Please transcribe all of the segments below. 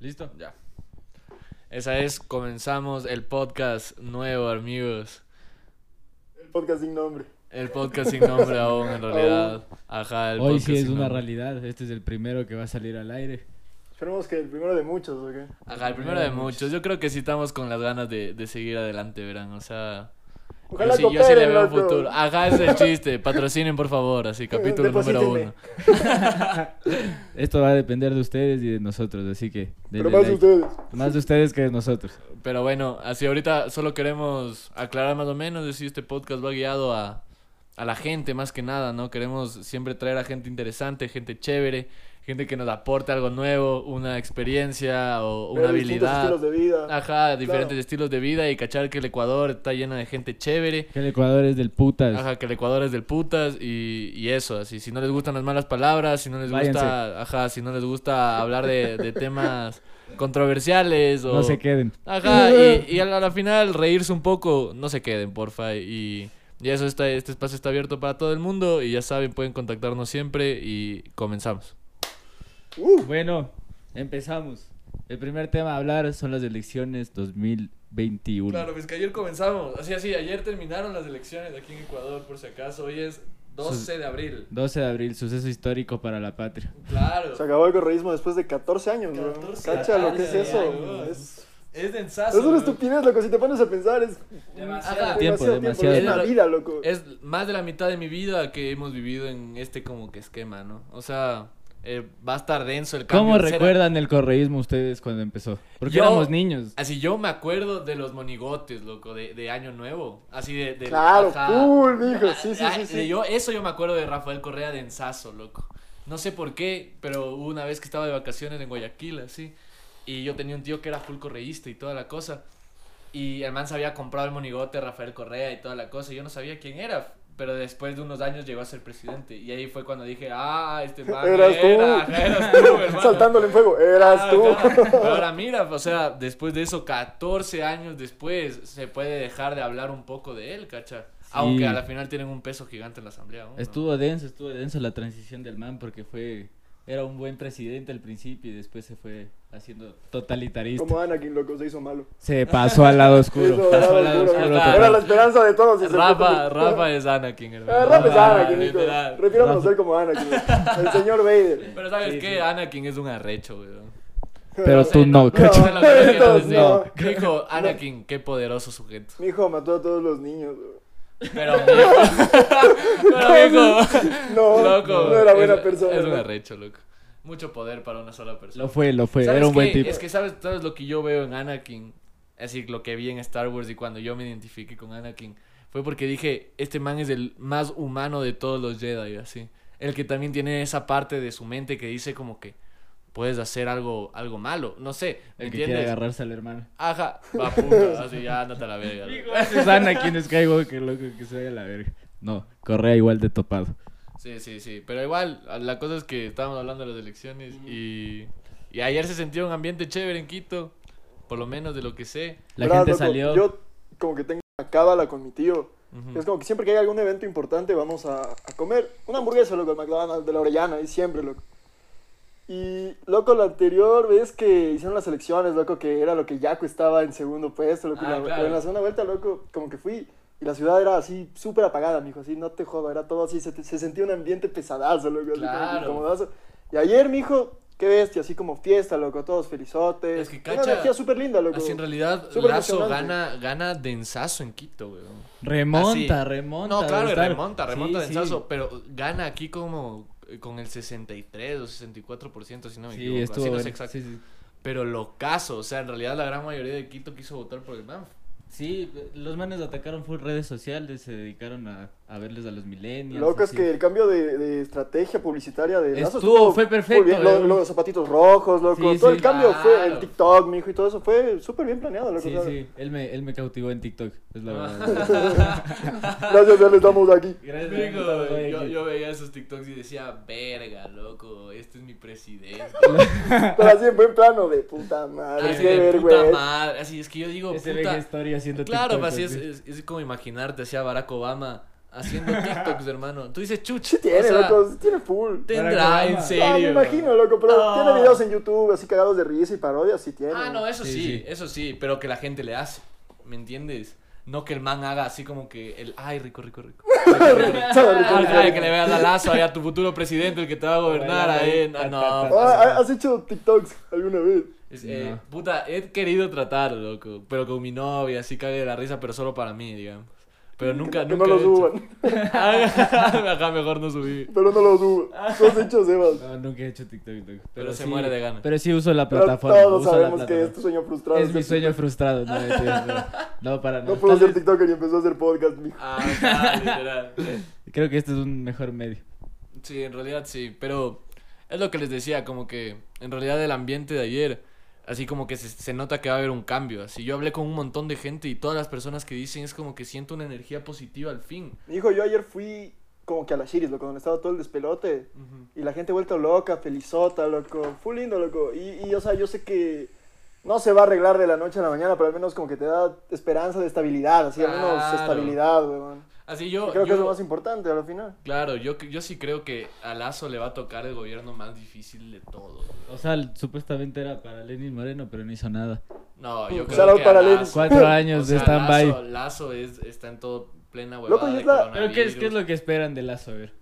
¿Listo? Ya. Esa es, comenzamos el podcast nuevo, amigos. El podcast sin nombre. El podcast sin nombre aún, en realidad. Ajá, el Hoy podcast sí es sin una nombre. realidad. Este es el primero que va a salir al aire. Esperemos que el primero de muchos, ¿ok? Ajá, el primero de muchos. Yo creo que sí estamos con las ganas de, de seguir adelante, verán. O sea, Ojalá yo sí, yo sí le cooperen, veo un loco. futuro. Ajá, ese es el chiste. Patrocinen, por favor. Así, capítulo número Deposítenme. uno. Esto va a depender de ustedes y de nosotros, así que. Pero denle más like. ustedes. Más de ustedes que de nosotros. Pero bueno, así ahorita solo queremos aclarar más o menos de si este podcast va guiado a, a la gente más que nada, ¿no? Queremos siempre traer a gente interesante, gente chévere, gente que nos aporte algo nuevo, una experiencia o Ver distintos una habilidad. estilos de vida. Ajá, diferentes Claro. estilos de vida y cachar que el Ecuador está lleno de gente chévere. Que el Ecuador es del putas. Ajá, que el Ecuador es del putas y, y eso, así. Si no les gustan las malas palabras, si no les Váyanse. gusta, ajá, si no les gusta hablar de, de temas controversiales o No se queden. Ajá, y, y a, la, a la final reírse un poco, no se queden, porfa. Y, y eso, está, este espacio está abierto para todo el mundo y ya saben, pueden contactarnos siempre y comenzamos. Uh, Bueno, empezamos. El primer tema a hablar son las elecciones 2021. Claro, pues que ayer comenzamos. Así, así, ayer terminaron las elecciones aquí en Ecuador, por si acaso. Hoy es 12 de abril. 12 de abril, suceso histórico para la patria. Claro. se acabó el correísmo después de 14 años, bro. 14 Cacha lo que es años, eso. bro. Es, Es es densazo. una ¿no? estupidez, loco. Si te pones a pensar, es Demasiado Ajá, tiempo, demasiado. Es una vida, loco. es más de la mitad de mi vida que hemos vivido en este como que esquema, ¿no? O sea, eh, va a estar denso el cambio. ¿Cómo Será- recuerdan el correísmo ustedes cuando empezó? Porque Yo- éramos niños. Así yo me acuerdo de los monigotes, loco, de, de Año Nuevo. Así de. de- Claro, ajá. cool, mijo. Sí, sí, Ah, sí, de sí. Yo, eso yo me acuerdo de Rafael Correa de Ensazo, loco. No sé por qué, pero hubo una vez que estaba de vacaciones en Guayaquil, así. Y yo tenía un tío que era full correísta y toda la cosa. Y el man se había comprado el monigote de Rafael Correa y toda la cosa. y Yo no sabía quién era. Pero después de unos años llegó a ser presidente. Y ahí fue cuando dije, ah, este man Eras tú. era, eras tú, hermano". Saltándole en fuego. Eras Ah, tú. claro. Pero ahora mira, o sea, después de eso, 14 años después, se puede dejar de hablar un poco de él, cacha. Aunque a la final tienen un peso gigante en la asamblea. aún, ¿no? Estuvo denso, estuvo denso la transición del man porque fue era un buen presidente al principio y después se fue haciendo totalitarista. Como Anakin, loco, se hizo malo. Se pasó al lado Se hizo oscuro. bravo, pasó al lado duro, oscuro. bro. total. Era total. la esperanza de todos. y se fue Rafa, por- Rafa es Anakin, hermano. Ah, Rafa es Rafa, Anakin, loco. literal. Refiramos Rafa. a él como Anakin. loco. El señor Vader. Pero ¿sabes Sí, qué? sí. Anakin es un arrecho, weón. Pero tú no, sé cacha. lo que quiero estos decir. no. Dijo, Anakin, qué poderoso sujeto. Mi hijo mató a todos los niños. bro. Pero, viejo. pero, viejo. No, Loco. no era buena es- persona. Es un ¿no? arrecho, loco. Mucho poder para una sola persona. Lo fue, lo fue. ¿Sabes Pues Era un buen qué? tipo. Es que sabes, sabes lo que yo veo en Anakin, así lo que vi en Star Wars y cuando yo me identifiqué con Anakin fue porque dije, este man es el más humano de todos los Jedi, así. El que también tiene esa parte de su mente que dice como que puedes hacer algo algo malo, no sé, ¿me El que quiere entiendes? agarrarse al hermano. Ajá, va puta, así ya ándate a la verga. loco. Susana, quien es Skywalker, loco, que se vaya a la verga. No, Correa igual de topado. Sí, sí, sí, pero igual la cosa es que estábamos hablando de las elecciones y y ayer se sentía un ambiente chévere en Quito, por lo menos de lo que sé. La Verás, gente loco, salió. Yo como que tengo una cábala con mi tío. Ujú. Es como que siempre que hay algún evento importante vamos a, a comer una hamburguesa, loco, al McDonald's, de la Orellana, y siempre, loco. Y, loco, la anterior vez que hicieron las elecciones, loco, que era lo que Yaco estaba en segundo puesto, loco, y Ah, la- claro. en la segunda vuelta, loco, como que fui y la ciudad era así súper apagada, mijo, así, no te jodas, era todo así, se, te- se sentía un ambiente pesadazo, loco, así como que Claro. incomodazo. Y ayer, mijo, qué bestia, así como fiesta, loco, todos felizotes. Es que Una cacha, energía súper linda, loco. Así en realidad, Súper Lazo emocionante. gana, gana densazo en Quito, weón. Remonta, Así. remonta. Ah, No, claro, y Gustavo. remonta, remonta Sí, sí. densazo, pero gana aquí como eh, con el 63 o 64%, pues, si no me Sí, equivoco. estuvo así no bueno. sé exacto. Sí, sí. Pero lo caso, o sea, en realidad la gran mayoría de Quito quiso votar por el MANF. Sí, los manes atacaron full redes sociales, se dedicaron a, a verles a los millennials. Loco, es así. que el cambio de, de estrategia publicitaria de Lazo Estuvo, fue muy perfecto, bien. eh. Lo- Los, zapatitos rojos, loco. Sí, todo sí, el cambio fue claro. el TikTok, mijo, y todo eso fue súper bien planeado, loco. Sí, o sea, sí, él me, él me cautivó en TikTok, es la Ah. verdad. Gracias a él estamos aquí. Gracias, Amigo, Gustavo, güey, yo, que- yo veía esos TikToks y decía, verga, loco, este es mi presidente. Pero así en buen plano de puta madre. Así qué de puta vergüenza. madre. Así es que yo digo, Ese puta. historia haciendo Claro, TikTok, así es, así. es, es como imaginarte, hacía Barack Obama haciendo TikToks, hermano. Tú dices, chuch. Sí tiene, o sea, loco, sí tiene full. Tendrá, Ah, en me serio. Ah, me imagino, loco, pero No. tiene videos en YouTube así cagados de risa y parodias, sí tiene. Ah, no, eso sí, Sí, sí. eso sí, pero que la gente le hace, ¿me entiendes? No que el man haga así como que el, ay, rico, rico, rico. Ah, Ay, ay, que le veas la lazo ahí a tu futuro presidente, el que te va a gobernar ahí. No, no, Ah, ¿ha- ¿Has hecho TikToks alguna vez? es- eh, No. puta, he querido tratar, loco, pero con mi novia, así cague de la risa, pero solo para mí, digamos. Pero nunca, que Ah, no nunca. he lo hecho. suban, Ay, Ajá, mejor no subí. pero no lo suban. Tú has hecho, Sebas. No, Ah, nunca he hecho TikTok. loco, Pero, Pero se sí- muere de ganas. Pero sí uso la Pero plataforma. todos uso la sabemos que es plataforma. tu sueño frustrado. Es mi sueño frustrado. No, mentira, no, no, para No nada. pudo Tal ser vez- TikToker y empezó a hacer podcast, mijo. Ah, ajá, literal. creo que este es un mejor medio. Sí, en realidad sí, pero es lo que les decía, como que en realidad el ambiente de ayer, así como que se, se nota que va a haber un cambio, así yo hablé con un montón de gente y todas las personas que dicen es como que siento una energía positiva al fin. Mi hijo, yo ayer fui como que a la Shiris, loco, donde estaba todo el despelote. Y la gente vuelta loca, felizota, loco. Fue lindo, loco. Y, y, o sea, yo sé que no se va a arreglar de la noche a la mañana, pero al menos como que te da esperanza de estabilidad, así, al menos Claro. estabilidad, weón. Así Y yo... Creo que yo- es lo más importante al final. Claro, yo, yo sí creo que a Lazo le va a tocar el gobierno más difícil de todo. O sea, supuestamente era para Lenin Moreno, pero no hizo nada. No, yo Shout creo out que a para Lenin. Lazo, Cuatro o años de sea, stand-by. Lazo, Lazo es, está en todo plena huevada Loco, y de es la- ¿Pero qué es, qué es coronavirus. lo que esperan de Lazo? A ver.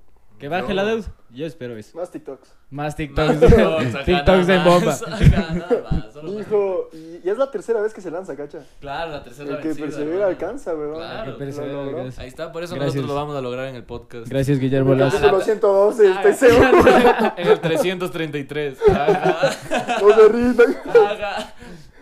¿Que baje No. la deuda? Yo espero eso. Más TikToks. Más Más TikToks. TikToks, ajá, TikToks en nada bomba. más, ajá, nada más, solo Mi para- hijo, y, y es la tercera vez que se lanza, cacha. Claro, la tercera El que vencida, persevera hermano. alcanza, weón. Claro, Que persevera Lo logró. alcanza. Ahí está, por eso Gracias. nosotros lo vamos a lograr en el podcast. Gracias, Guillermo Gracias. Lazo. Capítulo 112, estoy seguro. en el 333. Ajá. No se rindan. Ajá.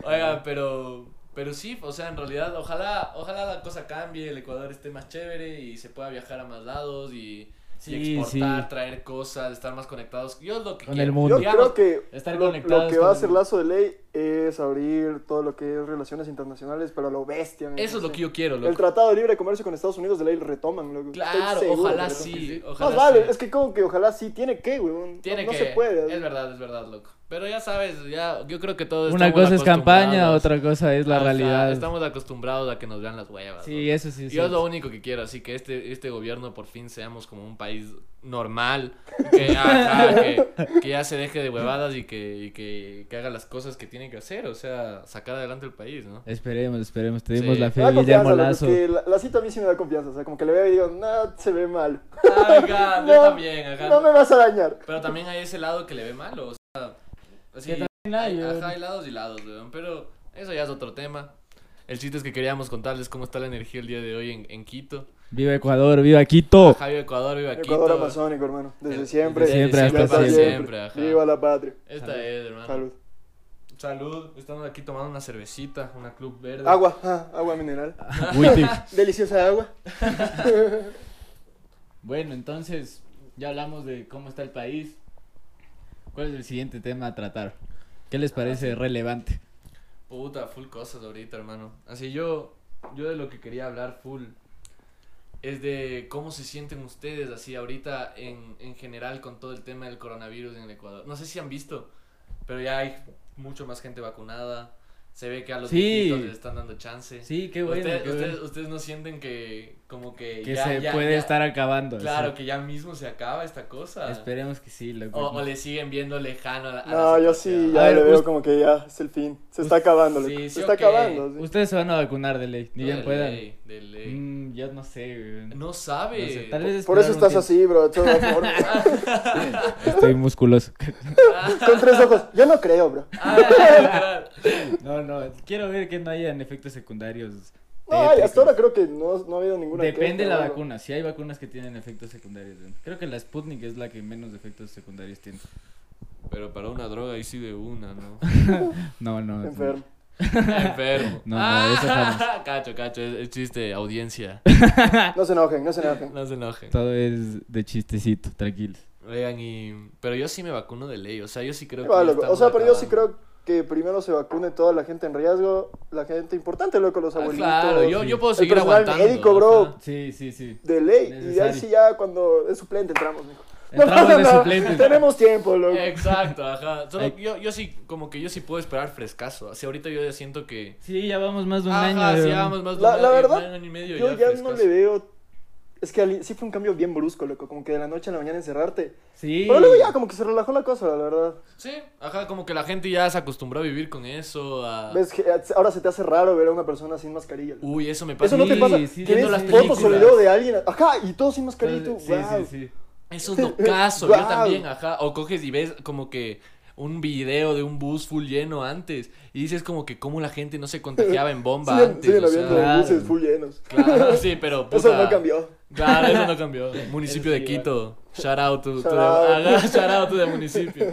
Oiga, pero pero sí, o sea, en realidad ojalá ojalá la cosa cambie, el Ecuador esté más chévere y se pueda viajar a más lados y, y Sí, exportar, sí. traer cosas, estar más conectados. Yo lo que Con quiero. el Yo mundo. Digamos, creo que estar lo, lo conectados que va a con- hacer Lazo de Ley es abrir todo lo que es relaciones internacionales, pero a lo bestia. men, Eso no es lo sé. que yo quiero, El loco. Tratado de Libre Comercio con Estados Unidos de Ley lo retoman, loco. Estoy Claro, seguro ojalá que lo- sí, ojalá Más vale, sí. es que como que ojalá sí, tiene que, weón. Tiene no, que no se puede. Es verdad, es verdad, loco. Pero ya sabes, ya yo creo que todo Una estamos cosa es campaña, acostumbrados. otra cosa es la Ajá, realidad. Ah, Estamos acostumbrados a que nos vean las huevas. Sí, loco. eso sí. Yo es sí. lo único que quiero, así que este, este gobierno por fin seamos como un país normal, que, ajá, que, que ya se deje de huevadas y, que, y que, que haga las cosas que tiene que hacer, o sea, sacar adelante el país, ¿no? Esperemos, esperemos. Tenemos Sí. la Me fe da de confianza, Guillermo loco, Lazo. que la, la cita a mí sí me da confianza. O sea, como que le veo y digo, no, se ve mal. Ajá, yo No, también, ajá. No me vas a dañar. Pero también hay ese lado que le ve malo, o sea, así, Que también hay, ajá, weón. hay lados y lados, weón, pero eso ya es otro tema. El chiste es que queríamos contarles cómo está la energía el día de hoy en, en Quito. Viva Ecuador, viva Quito. Javier Ecuador, viva Oh. Ecuador Quito. amazónico, hermano. Desde Desde siempre. siempre hasta hasta siempre. Siempre, ajá. Viva la patria. Esta Salud. es, hermano. Salud. Salud, estamos aquí tomando una cervecita, una club verde. Agua, ah, agua mineral. Witty. Deliciosa agua. Bueno, entonces ya hablamos de cómo está el país. ¿Cuál es el siguiente tema a tratar? ¿Qué les parece relevante? Puta, full cosas ahorita, hermano. Así yo, yo de lo que quería hablar full es de cómo se sienten ustedes así ahorita en, en general con todo el tema del coronavirus en el Ecuador. No sé si han visto, pero ya hay mucho más gente vacunada. Se ve que a los Sí. viejitos les están dando chance. Sí, qué ustedes, ustedes, ustedes no sienten que como que, Que ya- se ya- puede ya- estar acabando. Claro, sí. que ya mismo se acaba esta cosa. Esperemos que sí. loco. O, o le siguen viendo lejano a la, a la No, yo situación. sí, ya A ver, le veo us- como que ya es el fin. Se está acabando, sí, loco. sí, se está ok. acabando. sí. Ustedes se van a vacunar de ley, ni No, bien de puedan. ley, de ley. Mm, yo no sé. güey. No sabe. No sé, tal vez Por eso esperar estás un así, bro. de todas formas. tiempo. Estoy musculoso. Con tres ojos. Yo no creo, bro. Ah, literal. no, no. Quiero ver que no hayan efectos secundarios. No, ay, hasta tétricos. ahora creo que no, no ha habido ninguna. Depende queja, la bro. vacuna. Si hay vacunas que tienen efectos secundarios. güey. Creo que la Sputnik es la que menos efectos secundarios tiene. Pero para una droga ahí sí de una, ¿no? No, no. no. Enfermo. Enfermo. Ah, No, no, eso jamás. Cacho, cacho, es, es chiste, audiencia. No se enojen, no se enojen. No se enojen. Todo es de chistecito, tranquilos. Oigan, y... Pero yo sí me vacuno de ley, o sea, yo sí creo que... Igual, ya loco. O estamos sea, pero yo sí acabando. creo que primero se vacune toda la gente en riesgo. La gente importante, loco, los Ah, abuelitos. claro, yo, yo puedo El seguir personal aguantando. médico, bro. ajá. Sí, sí, sí. De ley. Y ahí Necesario. sí ya cuando es suplente entramos, mijo. Entramos pasa de nada, suplentes. Tenemos tiempo, loco. Exacto, ajá. Solo Ay. yo, yo sí, como que yo sí puedo esperar frescaso. Así ahorita yo ya siento que... Sí, ya vamos más de un Ajá, año. sí, güey. vamos más de La- un la año- verdad, un año y medio Yo ya no frescaso. le veo Es que al- sí fue un cambio bien brusco, loco. Como que de la noche a la mañana encerrarte. Sí. Pero luego ya, como que se relajó la cosa, la verdad. Sí, ajá, como que la gente ya se acostumbró a vivir con eso, Ah. a... Ves que ahora se te hace raro ver a una persona sin mascarilla. loco. Uy, eso me pasa. Eso no te Uh, sí, pasa. sí, Tienes viendo las fotos o películas. video de alguien. Ajá, y todos sin mascarilla. y tú, Sí, wow. sí, sí. Eso es lo caso, yo Guau. también, ajá. O coges y ves como que un video de un bus full lleno antes y dices como que cómo la gente no se contagiaba en bomba Siguen, antes. siguen o habiendo sea, claro. buses full llenos. claro, sí, pero puta, Eso no cambió. Claro, eso no cambió. Municipio Eso de sí, igual. Quito. Shout out to, to Shout the- out. ajá, shout out to the municipio.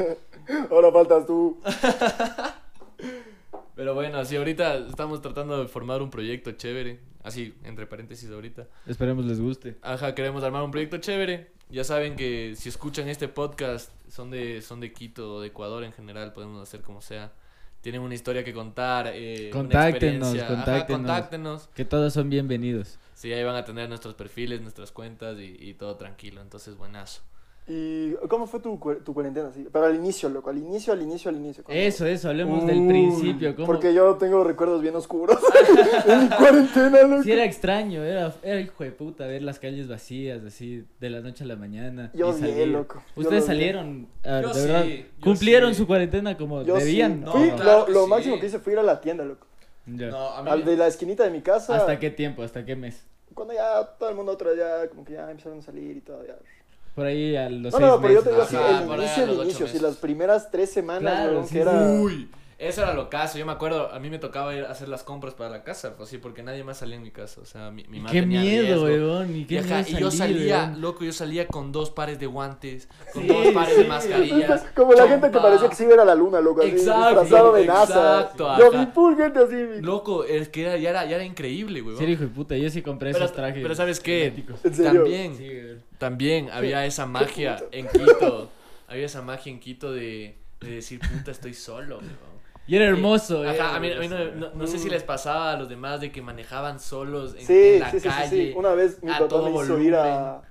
Ahora faltas tú. Pero bueno, así ahorita estamos tratando de formar un proyecto chévere. Así, entre paréntesis ahorita. Esperemos les guste. Ajá, queremos armar un proyecto chévere. Ya saben que si escuchan este podcast, son de, son de Quito o de Ecuador en general, podemos hacer como sea. Tienen una historia que contar. Eh, una Contáctenos, experiencia. Ajá, contáctenos. contáctenos. Que todos son bienvenidos. Sí, ahí van a tener nuestros perfiles, nuestras cuentas y, y todo tranquilo. Entonces, buenazo. ¿Y cómo fue tu, cuar- tu cuarentena? Sí, pero al inicio, loco. Al inicio, al inicio, al inicio. cuando- Eso, eso, hablemos del Uy, principio. ¿cómo? Uh, Porque yo tengo recuerdos bien oscuros de mi cuarentena, loco. Sí, era extraño, era, era hijo de puta ver las calles vacías, así, de la noche a la mañana. Yo y odié, salir. loco, yo Ustedes lo odié. salieron, ah, Yo de sí, verdad, yo cumplieron sí. su cuarentena como Yo sí debían. No, fui- no. claro lo que lo sí. máximo que hice fue ir a la tienda, loco. Ya. a Al de la esquinita de mi casa. ¿Hasta qué tiempo? ¿Hasta qué mes? Cuando ya todo el mundo otra ya como que ya empezaron a salir y todo. Ya. Por ahí a No, los seis no, no, pero yo te digo meses. así, Ajá, el por ahí a inicio, el los ocho inicio, sí, meses. las primeras tres semanas, Claro, weón, sí, que era... Uy, eso era lo caso. Yo me acuerdo, a mí me tocaba ir a hacer las compras para la casa, pues sí, porque nadie más salía en mi casa. O sea, mi, mi Y mamá qué tenía miedo, riesgo. weón. Y, Y, qué ajá, miedo y yo salir, salía, weón. loco, yo salía con dos pares de guantes, con Sí, dos pares de sí. mascarillas. Como la gente que chompa. parecía que se iba a ir a la luna, loco, así, Exacto, disfrazado de NASA. exacto, yo ajá. vi full gente así, mi- Loco, es que era- ya, era, ya era increíble, weón. Sí, era hijo de puta, yo sí compré pero, esos trajes. pero ¿sabes qué? herméticos. en serio. También, Sí, weón. también había esa magia en Quito. había esa magia en Quito de, de decir, puta, estoy solo, weón. Y era hermoso, Eh, eh. Ajá, era a mí, a mí no, hermoso, no- no sé si les pasaba a los demás de que manejaban solos en, Mm. Sí, en la sí, sí, sí, calle. sí. Una vez mi a papá todo me hizo volumen. ir a...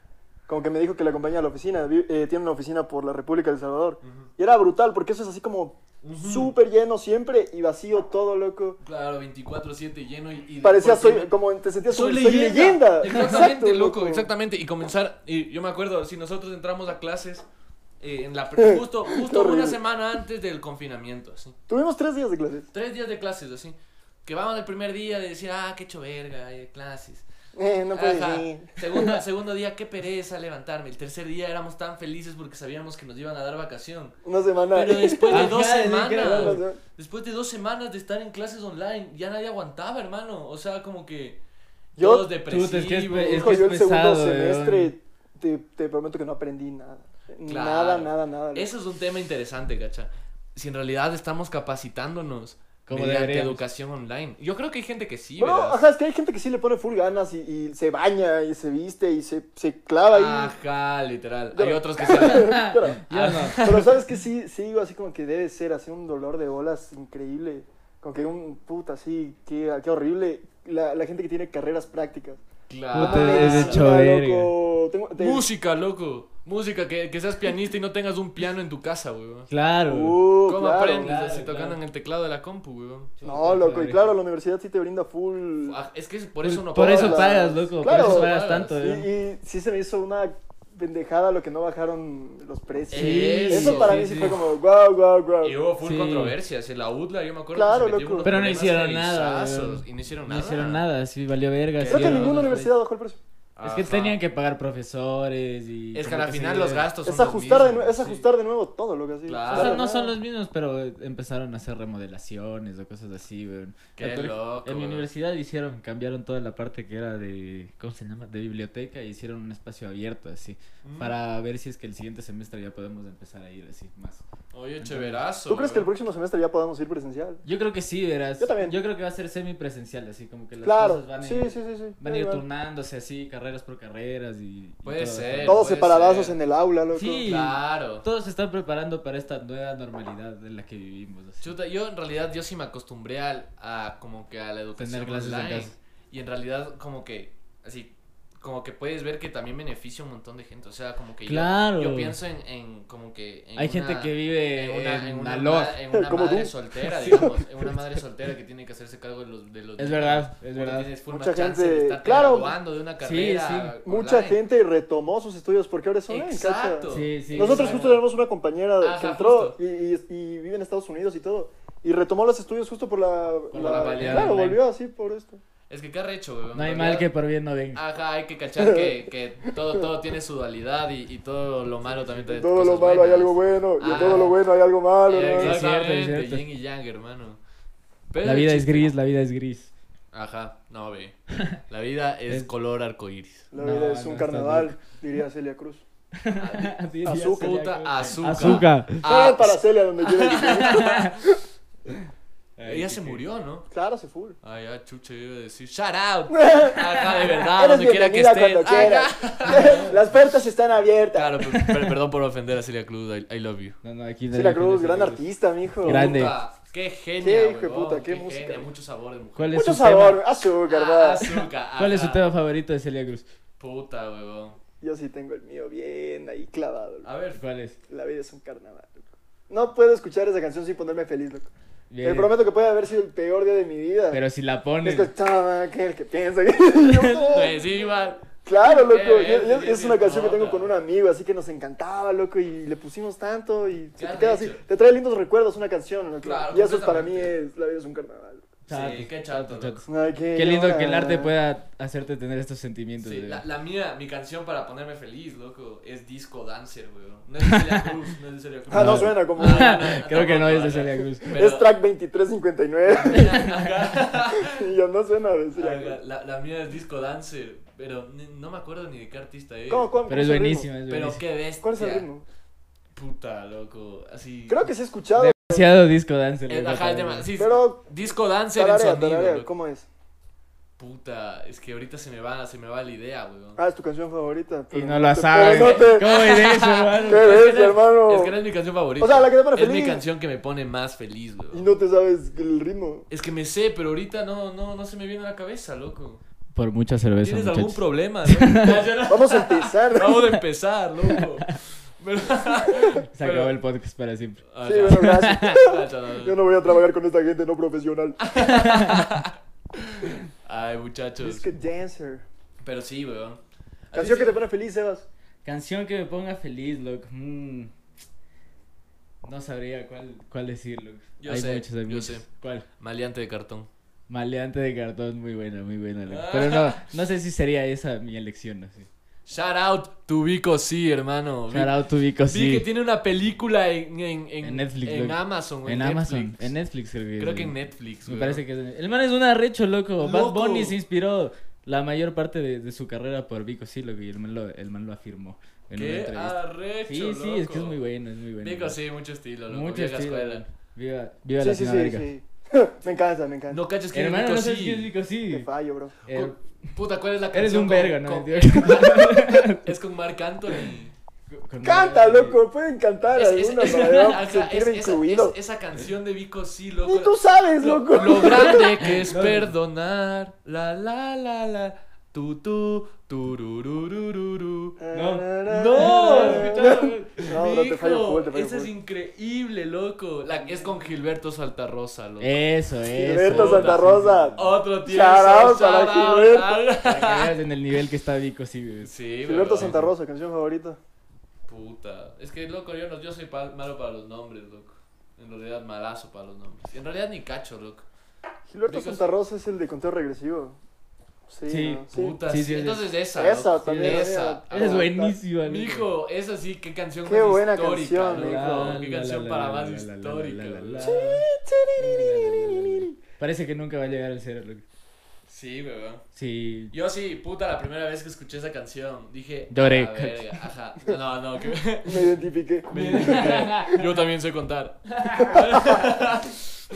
Como que me dijo que le acompaña a la oficina. vi- eh, tiene una oficina por la República del Salvador. Y era brutal, porque eso es así como súper lleno siempre y vacío todo, loco. Claro, 24-7 lleno y... y- Parecía, porque- soy, como te sentías soy como, leyenda. Exactamente, Exacto, loco, exactamente. Y comenzar, y yo me acuerdo, si nosotros entramos a clases eh, en la pre- justo, justo una horrible. semana antes del confinamiento, así. Tuvimos tres días de clases. Tres días de clases, así. Que vamos el primer día de decir, ah, qué hecho verga, hay clases. Eh, no puedes Ajá. ir. Segunda- segundo día, qué pereza levantarme. El tercer día éramos tan felices porque sabíamos que nos iban a dar vacación. Una semana. Ah, Pero después de Ajá, dos sí, claro. semanas, después de dos semanas de estar en clases online, ya nadie aguantaba, hermano. O sea, como que Yo- todos depresivos. Puta, es que es pe- es Hijo, que yo el segundo pesado, weón. semestre te, te prometo que no aprendí nada. Nada, Claro. nada, nada. loco. Eso es un tema interesante, cacha. Si en realidad estamos capacitándonos Como mediante deberíamos. educación online. Yo creo que hay gente que sí, Bro, ¿verdad? ajá, es que hay gente que sí le pone full ganas y, y se baña y se viste y se, se clava ahí. Ajá, literal. Yo- Hay otros que se... Pero, Yo Ah, no. pero sabes que sí, sí, digo así como que debe ser así un dolor de bolas increíble. Como que un puta, así, qué, qué horrible. La, la gente que tiene carreras prácticas. Claro. Puta, es Medicina, hecho verga. loco, tengo- te- Música, loco. Música, que, que seas pianista y no tengas un piano en tu casa, weón. Claro. weón. Uh, ¿Cómo claro. aprendes Claro, así claro. tocando en el teclado de la compu, weón? No, loco, y claro, la universidad sí te brinda full. Ah, Es que es por eso no Por eso pagas. pagas, loco. Claro. por eso pagas tanto, Y, weón. y sí se me hizo una pendejada lo que no bajaron los precios. Sí, Eso para sí, mí sí, sí. fue como, wow, wow, wow. Y hubo full Sí. controversias. En la UDLA, yo me acuerdo Claro, que se metió loco. unos Pero no problemas hicieron nada, feizazos, weón. Y no hicieron No nada. hicieron nada, sí, valió Creo verga. Creo sí, que Claro, era ninguna una universidad bajó el precio. Es que Ajá. tenían que pagar profesores y... Es que como al final se- los gastos son Es ajustar, los de, nue- mismos, es ajustar de nuevo todo lo que así. Claro. O Ajustar sea, de no son nuevo. los mismos, pero eh, empezaron a hacer remodelaciones o cosas así, weón. Qué Eh, por ej- loco, En mi weón. universidad hicieron, cambiaron toda la parte que era de, ¿cómo se llama? De biblioteca y hicieron un espacio abierto, así, Mm. Mm. para ver si es que el siguiente semestre ya podemos empezar a ir así, más. sí. Oye, chéverazo. ¿Tú crees que el weón. próximo semestre ya podamos ir presencial? Yo creo que sí, verás. Yo también. creo que va a ser semipresencial, así, como que las Claro, cosas van a sí, ir, sí, sí, sí. van a ir Igual. turnándose así, carreras por carreras y... y Puede todo, ser. todo. Todos puede separadazos ser. en el aula, loco. Sí. Claro. Todos se están preparando para esta nueva normalidad en la que vivimos. así. Chuta, yo en realidad yo sí me acostumbré al- a, como que a la educación Tener clases en online. casa. Y en realidad como que así como que puedes ver que también beneficia a un montón de gente. O sea, como que yo- Claro. yo, pienso en, en como que... en Hay gente una- que vive en una, en una, log. ma- en una Como madre tú. soltera, digamos. En una madre soltera que tiene que hacerse cargo de los... De los Es verdad, es porque verdad. Tienes full Mucha más chance de gente- estarte claro. graduando de una carrera sí. online. Mucha gente retomó sus estudios porque ahora es online, ¿cacha? Exacto. Sí, sí. Nosotros exacto. justo tenemos una compañera de- que Ajá, entró justo. y, y- y vive en Estados Unidos y todo. Y retomó los estudios justo por la... Por la baleada claro, online. volvió así por esto. Es que qué arrecho, weón. No hay En mal que realidad, por bien no venga. Ajá, hay que cachar que, que todo, todo tiene su dualidad y, y todo lo malo también En tiene todo lo cosas malo hay buenas. algo bueno y en Ah. todo lo bueno hay algo malo. Eh, ¿no? Sí, es cierto, es Exactamente, cierto. yin y yang, hermano. Pero La vida el es chiste- gris, la vida es gris. Ajá, no, ve. La vida es Es- color arcoíris. La No, vida es un no, está carnaval, diría Celia Cruz. Azúcar. Puta azúcar. Azúcar. Ah, Shout out para pues Celia, donde quiera que esté. ella se murió, ¿no? Claro, se full. Ay, ya, chuche, iba a decir, shout out. Ajá, de verdad, Eres donde quiera que bienvenida cuando estés. quieras. Ajá. Las puertas están abiertas. Claro, per- per- perdón por ofender a Celia Cruz, I, I love you. No, no, aquí Celia nadie Cruz, ofende a gran Celia Cruz. artista, mijo. Grande. Puta, qué genia, Qué hijo de huevón, puta, qué música. genia, mucho sabor de mujer. ¿Cuál es Mucho su tema? sabor, azúcar, Ah, ¿verdad? azúcar. ¿Cuál es su ajá. tema favorito de Celia Cruz? Puta, huevón. Yo sí tengo el mío bien ahí clavado. loco. A ver, ¿Cuál es? La vida es un carnaval. loco. No puedo escuchar esa canción sin ponerme feliz, loco. Bien. Te prometo que puede haber sido el peor día de mi vida. Pero si la es pones. que estaba aquel que piensa que... Yo, pues sí, va. Claro, loco. Eh, yo- yo- sí, es sí, una sí, canción que no, tengo claro. con un amigo, así que nos encantaba, loco, y le pusimos tanto y se Qué te queda así. arrecho. Te trae lindos recuerdos una canción, loco. Claro, y eso es para mí completamente. es la vida es un carnaval. Chato, Sí, qué chato, chato, loco. chato. Ay, qué, Qué lindo llora. que el arte pueda hacerte tener estos sentimientos. Sí, de- la, la mía, mi canción para ponerme feliz, loco, es Disco Dancer, weón. No es de Celia Cruz, no es de Celia Cruz. Ah, no suena como. Ah, no, no, Creo que no tampoco, es de ajá. Celia Cruz. Pero- Es track 2359. Ajá. y yo no suena a decir. Ajá, La, la mía es Disco Dancer, pero ni- no me acuerdo ni de qué artista es. ¿Cómo, cuál- Pero es cuál el ritmo? buenísima, es Pero buenísima. qué bestia. ¿Cuál es el ritmo? Puta, loco, así. Creo que sí he escuchado, Demasiado disco dance. Eh, loco, ajá, el también. tema, sí, pero. Disco Dancer en Tararea, sonido, tararea, loco. ¿cómo es? Puta, es que ahorita se me va, se me va la idea, weón. Ah, es tu canción favorita. Y pero no la te- sabes. pero no te- ¿Cómo es eso, ¿Qué hermano? Es que ves, no es- hermano? Es que no es mi canción favorita. O sea, la que te pone Es mi feliz. canción que me pone más feliz, weón. Y no te sabes el ritmo. Es que me sé, pero ahorita no, no, no se me viene a la cabeza, loco. Por mucha cerveza, ¿Tienes algún muchachos. problema? ¿no? Vamos a empezar. Vamos a empezar, loco. Pero- Se acabó Pero- el podcast para siempre. Ah, Sí, ya. bueno, gracias. Ah, ya, no, no. Yo no voy a trabajar con esta gente no profesional. Ah, Ay, muchachos. Es que dancer. Pero sí, weón. Así Canción que sí. te pone feliz, Sebas. Canción que me ponga feliz, loco. Mm. No sabría cuál, cuál decir, loco. Yo hay sé, muchas, hay yo muchas. sé. ¿Cuál? Maleante de cartón. Maleante de cartón, muy buena, muy buena. Ah. loco. Pero no, no sé si sería esa mi elección. Así. Shout out to Vico, sí, hermano. Vi- Shout out to Vico, Vi sí. que tiene una película en, en, en, En Netflix, en loco. Amazon. En Amazon, en Netflix creo que es, Creo que en loco. Netflix, Me weón. parece que es. El man es un arrecho, loco. Bad Loco. Bunny se inspiró la mayor parte de, de su carrera por Vico, sí, loco. Y el man lo, el man lo afirmó en una Qué entrevista. arrecho, Sí, sí, es que es loco. muy bueno, es muy bueno. Vico, loco. sí, mucho estilo, loco. Mucho vieja estilo, escuela. loco. Viva, viva sí, sí, sí, Latinoamérica. sí. Me encanta, me encanta. No cachas que Hermano, Vico, no sabes sí. qué es Vico, sí. Qué fallo, bro. Eh, Con- Puta, ¿cuál es la canción? Eres un con- verga, ¿no? con- Tío? es con Marc Anthony. Con- Canta, loco. Pueden cantar Es- es- alguna es- para yo ajá, es- sentirme es- incluido. es- Esa canción de Vico, sí, Ni tú loco. sabes, Lo, loco. lo grande que es perdonar. La, la, la, la. Tu, tu, turururururu. No. No, escuchalo, No, bro, te fallo Mijo, full, te fallo Esa es full. increíble, loco. La que es con Gilberto Saltarrosa, loco. Eh. Eso, eso. Gilberto Puta, Santa sí, Rosa. Otro tío. Shout out para Para que veas en el nivel que está Vico, sí. güey. Ah, Sí, Gilberto bro. Santa Rosa, canción favorita. Puta. Es que, loco, yo, no, yo soy pa- malo para los nombres, loco. En realidad, malazo para los nombres. En realidad, ni cacho, loco. Gilberto Digo- Santa Rosa es el de conteo regresivo. Sí, Sí, ¿no? sí. Puta. Sí, sí. sí, sí. Entonces, esa. Esa loco. también, Esa. ah, mira. Esa es buenísima, loco. Mijo, esa sí, qué canción Qué más buena histórica, canción, loco. mijo. Qué canción para más histórica. loco. Parece que nunca va a llegar al cero, loco. Sí, weón. Sí. Yo sí, puta, la primera vez que escuché esa canción, dije... Lloré. "Ah, verga, Ajá. No, no, que... Me identifiqué. me- Yo también sé contar.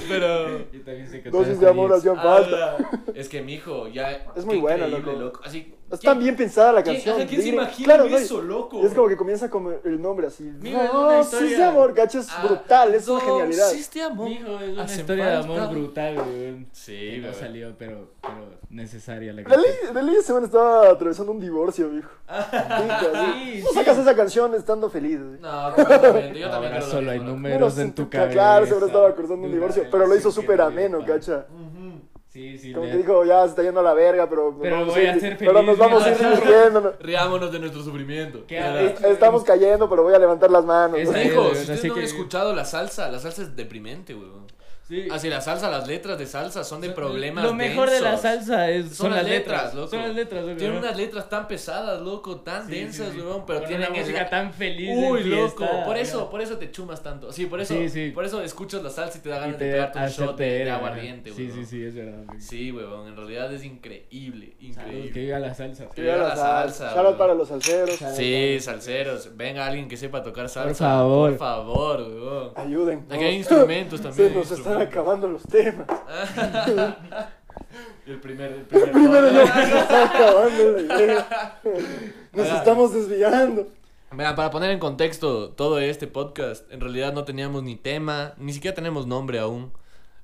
Pero... Y también sé que Dosis todas de amor Ah, hacían jodidas. falta. ala, Es que, mijo, ya... Es muy qué buena, increíble, loco. Así, Está ¿Quién- bien pensada la ¿Quién, canción. ajá, ¿quién se Dire- imagina claro, no, eso, loco? y es como que comienza con el nombre así. Mijo, es una No, sí, historia- ese amor, gacho, es Ah, brutal, es una no, genialidad. Sí, este amor. Mijo, es una Hacen historia de falta. amor brutal, güey. Sí, Que no güey. salió, pero, pero necesaria la Lely, canción. Lely ese man estaba atravesando un divorcio, viejo. Ah, sí, no sí. sacas esa canción estando feliz. güey. No, completamente, yo también Ahora creo lo solo hay mismo, loco. números Bueno, en tu sí, cabeza. Claro, seguro estaba cruzando un Duda, divorcio, pero lo hizo sí, súper que ameno, me pasa. cacha. Ujú. Sí, sí, Como le- que dijo, ya se está yendo a la verga, pero, Pero nos vamos voy a ir- ser pero nos feliz, vamos a ir mira. divirtiendo. ¿no? Riámonos de nuestro sufrimiento. ¿Qué Ya. haces? Estamos cayendo, pero voy a levantar las manos. Esa ¿no? es- Hijo, Eh, si ustedes así no han que- escuchado la salsa, la salsa es deprimente, weón. Sí. Así la salsa, las letras de salsa son de problemas Lo mejor de la densos. salsa es, Son, las letras, loco. Son las letras, loco. Tienen unas letras tan pesadas, loco, tan Sí, densas, sí, sí. weón, pero Con tienen una esa- música tan feliz. de Uy, fiesta, loco, por ya. eso, por eso te chumas tanto. Sí, por eso, Sí, sí. por eso escuchas la salsa y te da Y ganas te de pegarte un hacerte shot de, de era, aguardiente, Sí, weón. sí, sí, es verdad. güey. Sí, weón, en realidad es increíble, Salud, que increíble. viva la salsa. Que viva viva la la salsa. salsa, Shout out bro. para los salseros. Sí, salseros, venga alguien que sepa tocar salsa. favor. Por favor, weón. Ayuden. Aquí hay ¿no? instrumentos también. Se hay nos están instrumentos. acabando los temas. El primer, el primer. Primero no. ya se nos está acabando la idea. Nos estamos desviando. Mira, para poner en contexto todo este podcast, en realidad no teníamos ni tema, ni siquiera tenemos nombre aún.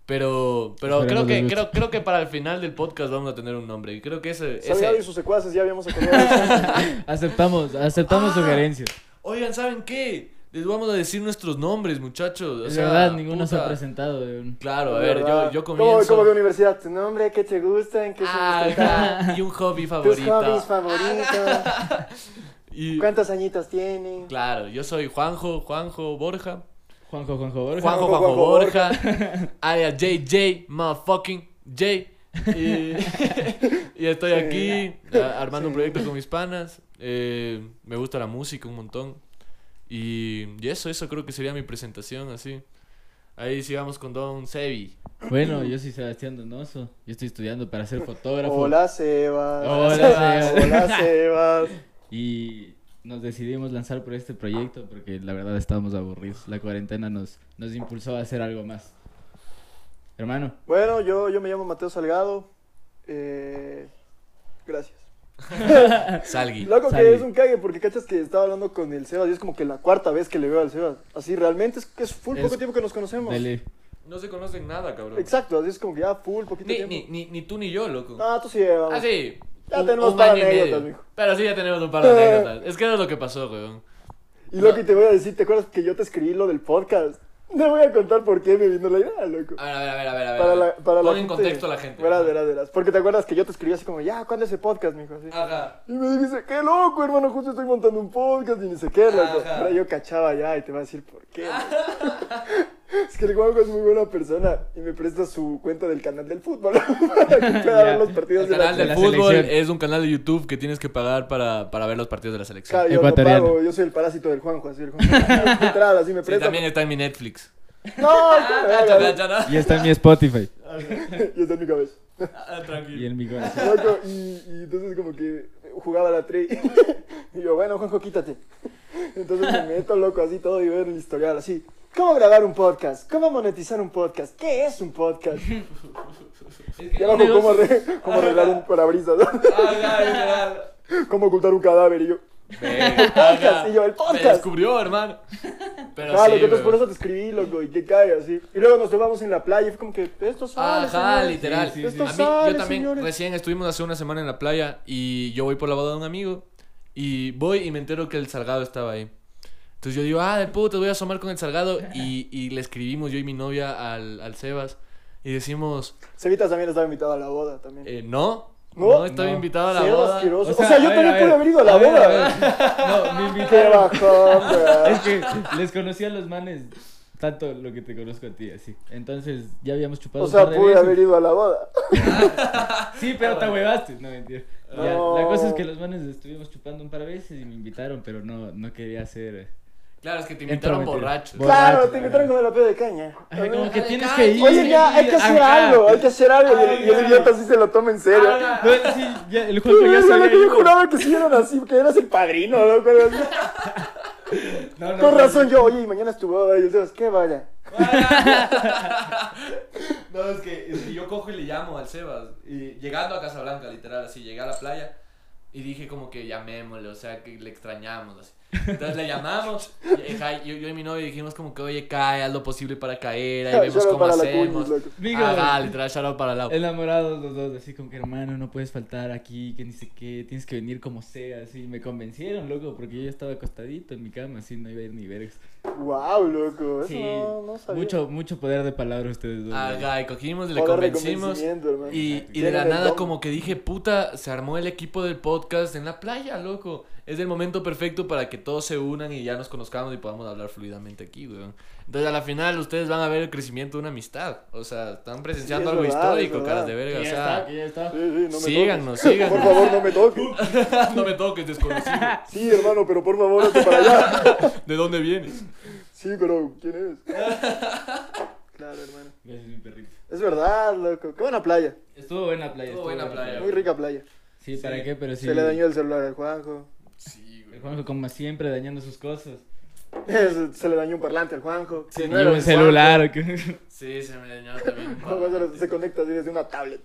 Pero, pero creo Esperemos les que, guste. creo, creo que para el final del podcast vamos a tener un nombre. Y creo que ese. Salgado y ese... sus secuaces, ya habíamos acordado. Aceptamos, aceptamos Ah. sugerencias. Oigan, ¿saben qué? Les vamos a decir nuestros nombres, muchachos. O Es sea, verdad, ninguno se puta. ha presentado. güey. Claro, a ver, yo, ¿Verdad? yo ¿Cómo- comienzo. Ah, ¿Cómo de universidad? ¿Tu nombre? ¿Qué te gusta? ¿En qué se gusta? Ajá, y un hobby ¿Tus favorito. hobbies favoritos? Y- ¿Cuántos añitos tienes? claro, yo soy Juanjo, Juanjo Borja. Juanjo, Juanjo Borja. Juanjo, Juanjo, Juanjo Juanjo Borja, área JJ, motherfucking J. Y, y estoy aquí a- armando un proyecto con mis panas. eh, me gusta la música un montón. Y, y eso, eso creo que sería mi presentación así. Ahí sigamos con Don Sebi. Bueno, yo soy Sebastián Donoso. Yo estoy estudiando para ser fotógrafo. Hola, Sebas. Hola, Sebas. Hola, Sebas. Y nos decidimos lanzar por este proyecto porque la verdad estábamos aburridos. La cuarentena nos, nos impulsó a hacer algo más. Hermano, Bueno, yo, yo me llamo Mateo Salgado. Eh, gracias. Salgui. Loco Salí. que es un cague, porque cachas que estaba hablando con el Sebas y es como que la cuarta vez que le veo al Sebas. Así realmente es que es full Es- poco tiempo que nos conocemos. dele. No se conocen nada, cabrón. Exacto, así es como que ya full poquito Ni, tiempo. ni, ni, ni tú ni yo, loco. Ah, tú sí llevamos. Ah, sí. Ya tenemos para año y medio. anécdotas, mijo. Pero sí, ya tenemos un par de anécdotas. Es que era lo que pasó, weón. Y loco, y te voy a decir, ¿te acuerdas que yo te escribí lo del podcast? Te voy a contar por qué me vino la idea, loco. A ver, a ver, a ver, a ver. a ver. Para la, para la Ah, Pon en contexto a la gente. Verás, verás, verás. Porque te acuerdas que yo te escribí así como, ya, ¿cuándo es el podcast, mijo? Así. Ajá. Y me dijiste, qué loco, hermano, justo estoy montando un podcast y ni sé qué, loco. Ajá. Ahora yo cachaba ya y te va a decir por qué. güey. es que el Juanjo es muy buena persona y me presta su cuenta del canal del fútbol para que pueda ver los partidos El de canal la del la fútbol selección. es un canal de YouTube que tienes que pagar para, para ver los partidos de la selección. Claro, yo, no Ecuatoriano. pago, yo soy el parásito del Juanjo, así el Juanjo. me entrada, así me Sí, presta. también está en mi Netflix. No, Ah, verga, ya, ya, Y está en mi Spotify. güey. y está en mi cabeza. ya. Ah, Y Tranquilo. en mi corazón. Loco, y, y entonces como que jugaba a la tri. y yo, bueno, Juanjo, quítate. Entonces me meto loco así todo y ver el historial así. ¿Cómo grabar un podcast? ¿Cómo monetizar un podcast? ¿Qué es un podcast? Y abajo, ¿cómo, arre- cómo arreglar un parabrisas? ¿Cómo ocultar un cadáver? Y yo, Podcast, y yo, el podcast. Me descubrió, hermano. Pero ah, sí, loco, entonces weón. por eso te escribí, loco, y que cae así. Y luego nos tomamos en la playa y fue como que, esto sale, Ah, Ajá, Ah, señores. literal. Sí, sí, sí. A mí, Sale, yo también, señores. recién estuvimos hace una semana en la playa y yo voy por la boda de un amigo y voy y me entero que el Salgado estaba ahí. Entonces yo digo, ah, de puta, voy a asomar con el Salgado y, y le escribimos yo y mi novia al, al Sebas y decimos, Cevitas también estaba invitado a la boda también. eh, no, No, no, estaba no. invitado a la Cerdo boda. asqueroso. O sea, yo a ver, también a pude ver, haber ido a la ver, boda. ver. No, me Qué invitaron. bajón, güey. Es que les conocí a los manes tanto lo que te conozco a ti, así. Entonces ya habíamos Pues chupado. O un sea, par de pude veces. haber ido a la boda. Sí, pero te huevaste. No, mentira. Ya, No. La cosa es que los manes estuvimos chupando un par de veces y me invitaron, pero no, no quería eh. hacer. Claro, es que te invitaron Entrometido. borracho. Borracho. Claro, ah, te invitaron con el apio de caña. Ay, como que Ay, tienes ay, que ir. Oye, ya, ah, hay que hacer Ajá. algo, hay que hacer algo. Y el- Y el Ay, idiota sí se lo toma en serio. Ah, No, sí, ya, el Yo, juego ya sabía. yo juraba que sí eran así, que eras el padrino, ¿no? Pero así, Ah, No, no, Con no. razón yo, oye, y mañana es tu boda. Y el Sebas, ¿qué vaya? No, es que, es que yo cojo y le llamo al Sebas. Y llegando a Casablanca, literal, así, llegué a la playa. Y dije como que llamémosle, o sea, que le extrañamos. así. Entonces le llamamos. y- y Jai- yo, yo y mi novio dijimos como que, oye, cae, haz lo posible para caer, ahí vemos Shout out cómo para la hacemos. Cuñi, loco. Amigo. Ajá, literal, shout out para Lau. Enamorados los dos, así como que hermano, no puedes faltar aquí, que ni sé qué, tienes que venir como sea, así. Me convencieron, loco, porque yo ya estaba acostadito en mi cama, así, no iba a ir ni vergas. Wow, loco. Eso Sí, no, no sabía. mucho, mucho poder de palabra ustedes dos. Ah, güey. Jai, cogimos, le Poder de convencimos. convencimiento, hermano. Y, y de Tienen la el nada don. como que dije, puta, se armó el equipo del podcast en la playa, loco. Es el momento perfecto para que todos se unan y ya nos conozcamos y podamos hablar fluidamente aquí, weón. Entonces a la final ustedes van a ver el crecimiento de una amistad. O sea, están es presenciando algo verdad, es histórico, caras de Que verga. ya O está, sea, que ya está. Sí, sí, no me síganos, toques. Por síganos. favor, no me toques. no me toques, desconocido. Sí, hermano, pero por favor, hazte para allá. ¿De dónde vienes? Sí, pero ¿quién es? Claro, hermano. Gracias, mi perrito. Es verdad, loco. Qué buena playa. Estuvo buena playa. Estuvo buena playa. Muy rica playa. Sí, ¿para qué? Pero sí. Se le dañó el celular al Juanjo. Sí, El Juanjo, como siempre, dañando sus cosas. Se se le dañó un parlante al Juanjo. Sí, Que no Y era un el celular. ¿o qué? Sí, se me dañó también. Juanjo. Juanjo se- se conecta así desde una tablet.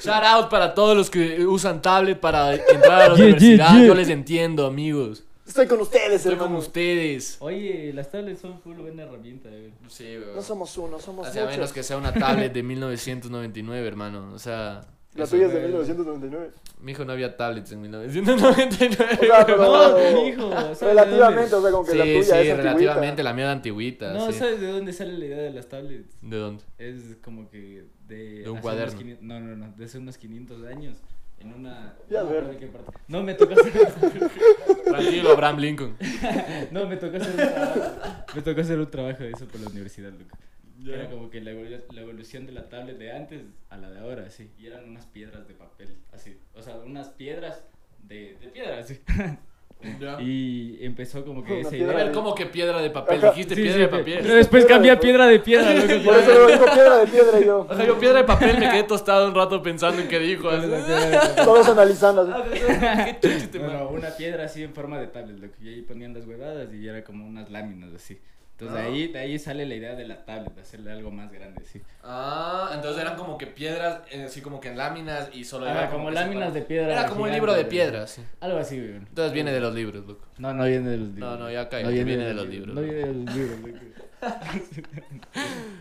Shout out para todos los que usan tablet para entrar a la Yeah, yeah, universidad. yeah. Yo les entiendo, amigos. Estoy con ustedes, Estoy con hermano. ustedes. Oye, las tablets son full buena herramienta, eh. güey. Sí, weón. No somos uno, somos O sea, a menos muchos. que sea una tablet de 1999, hermano. O sea, La eso- tuya es de es- 1999. mijo no había tablets en 1999. O sea, pero- No, mijo. ¿sabes de Relativamente, o sea, como que sí, la tuya sí, es relativamente antigüita. la mía era dónde- antigüita. No, sí. ¿sabes de dónde sale la idea de las tablets? ¿De dónde? Es como que de. De un hace unos cuaderno. 500 No, no, no. De hace unos 500 años. En una. Ya, no, ver. ¿de qué parte? No, me tocó hacer. Tranquilo, Abraham Lincoln. no, me tocó hacer un trabajo. Me tocó hacer un trabajo de eso por la universidad, Luca. Era como que la, evolu- la evolución de la tablet de antes a la de ahora, sí. Y eran unas piedras de papel, así. O sea, unas piedras de, de piedra, así. Y empezó como que Una esa A idea. piedra ver, de- ¿cómo que piedra de papel? Ajá. Dijiste Sí, piedra sí, de pe- papel. Pero después Piedra de cambia papel. piedra de piedra, loco. Por eso le digo piedra de piedra y yo. O sea, yo piedra de papel me quedé tostado un rato pensando en qué dijo. así. Todos analizando. Ah, así. ¿Qué chucho te Bueno, mando? una piedra así en forma de tablet, loco. Y ahí ponían las huevadas y era como unas láminas, así. Entonces de, Ah. ahí, de ahí sale la idea de la tablet, de hacerle algo más grande, sí. Ah, entonces eran como que piedras, eh, así como que en láminas y solo Ajá, era Ah, como que láminas separado. de piedra. Era como un gigante, libro de güey. piedras. sí. Algo así, güey. Entonces viene de los libros, loco. No, no viene de los libros. no, ya cállate, viene de los libros, No loco. viene de los libros, loco.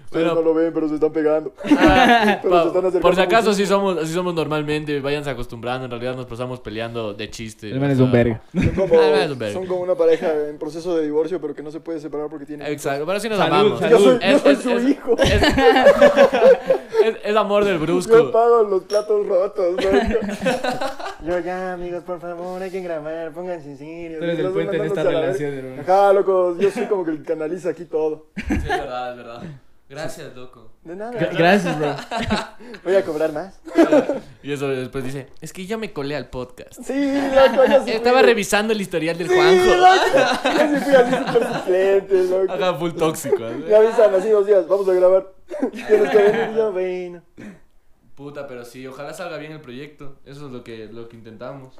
Ustedes no lo ven, pero se están pegando. Ah, Pero se están pa- acercando por si acaso mucho. sí somos, así somos normalmente, váyanse acostumbrando, en realidad nos pasamos peleando de chiste. El man o es un sea. verga. Son como, Ah, no, es un verga. son como una pareja en proceso de divorcio, pero que no se puede separar porque tiene. Exacto, pero sí nos Salud, amamos. salud. Yo soy- yo soy su hijo. Eh, Es, es- es amor del Yo brusco. pago los platos rotos, loco. Yo ya, amigos, por favor, hay que grabar, pónganse en serio. Tú eres el Los puente en mandándose esta a la verga. relación, hermano. Ajá, loco, yo soy como que el que analiza aquí todo. es verdad, es verdad. Gracias, loco. De nada. Gra- Gracias, bro. Voy a cobrar más. Y eso después dice, es que ya me colé al podcast. Sí, loco, yo sí. Estaba fui. revisando el historial del Sí, Juanjo. loco. Yo sí fui así súper suplente, loco. Haga full tóxico. ¿eh? Me avisan así dos días, vamos a grabar. Tienes que venir, yo ven. Puta, pero sí, ojalá salga bien el proyecto. Eso es lo que, lo que intentamos.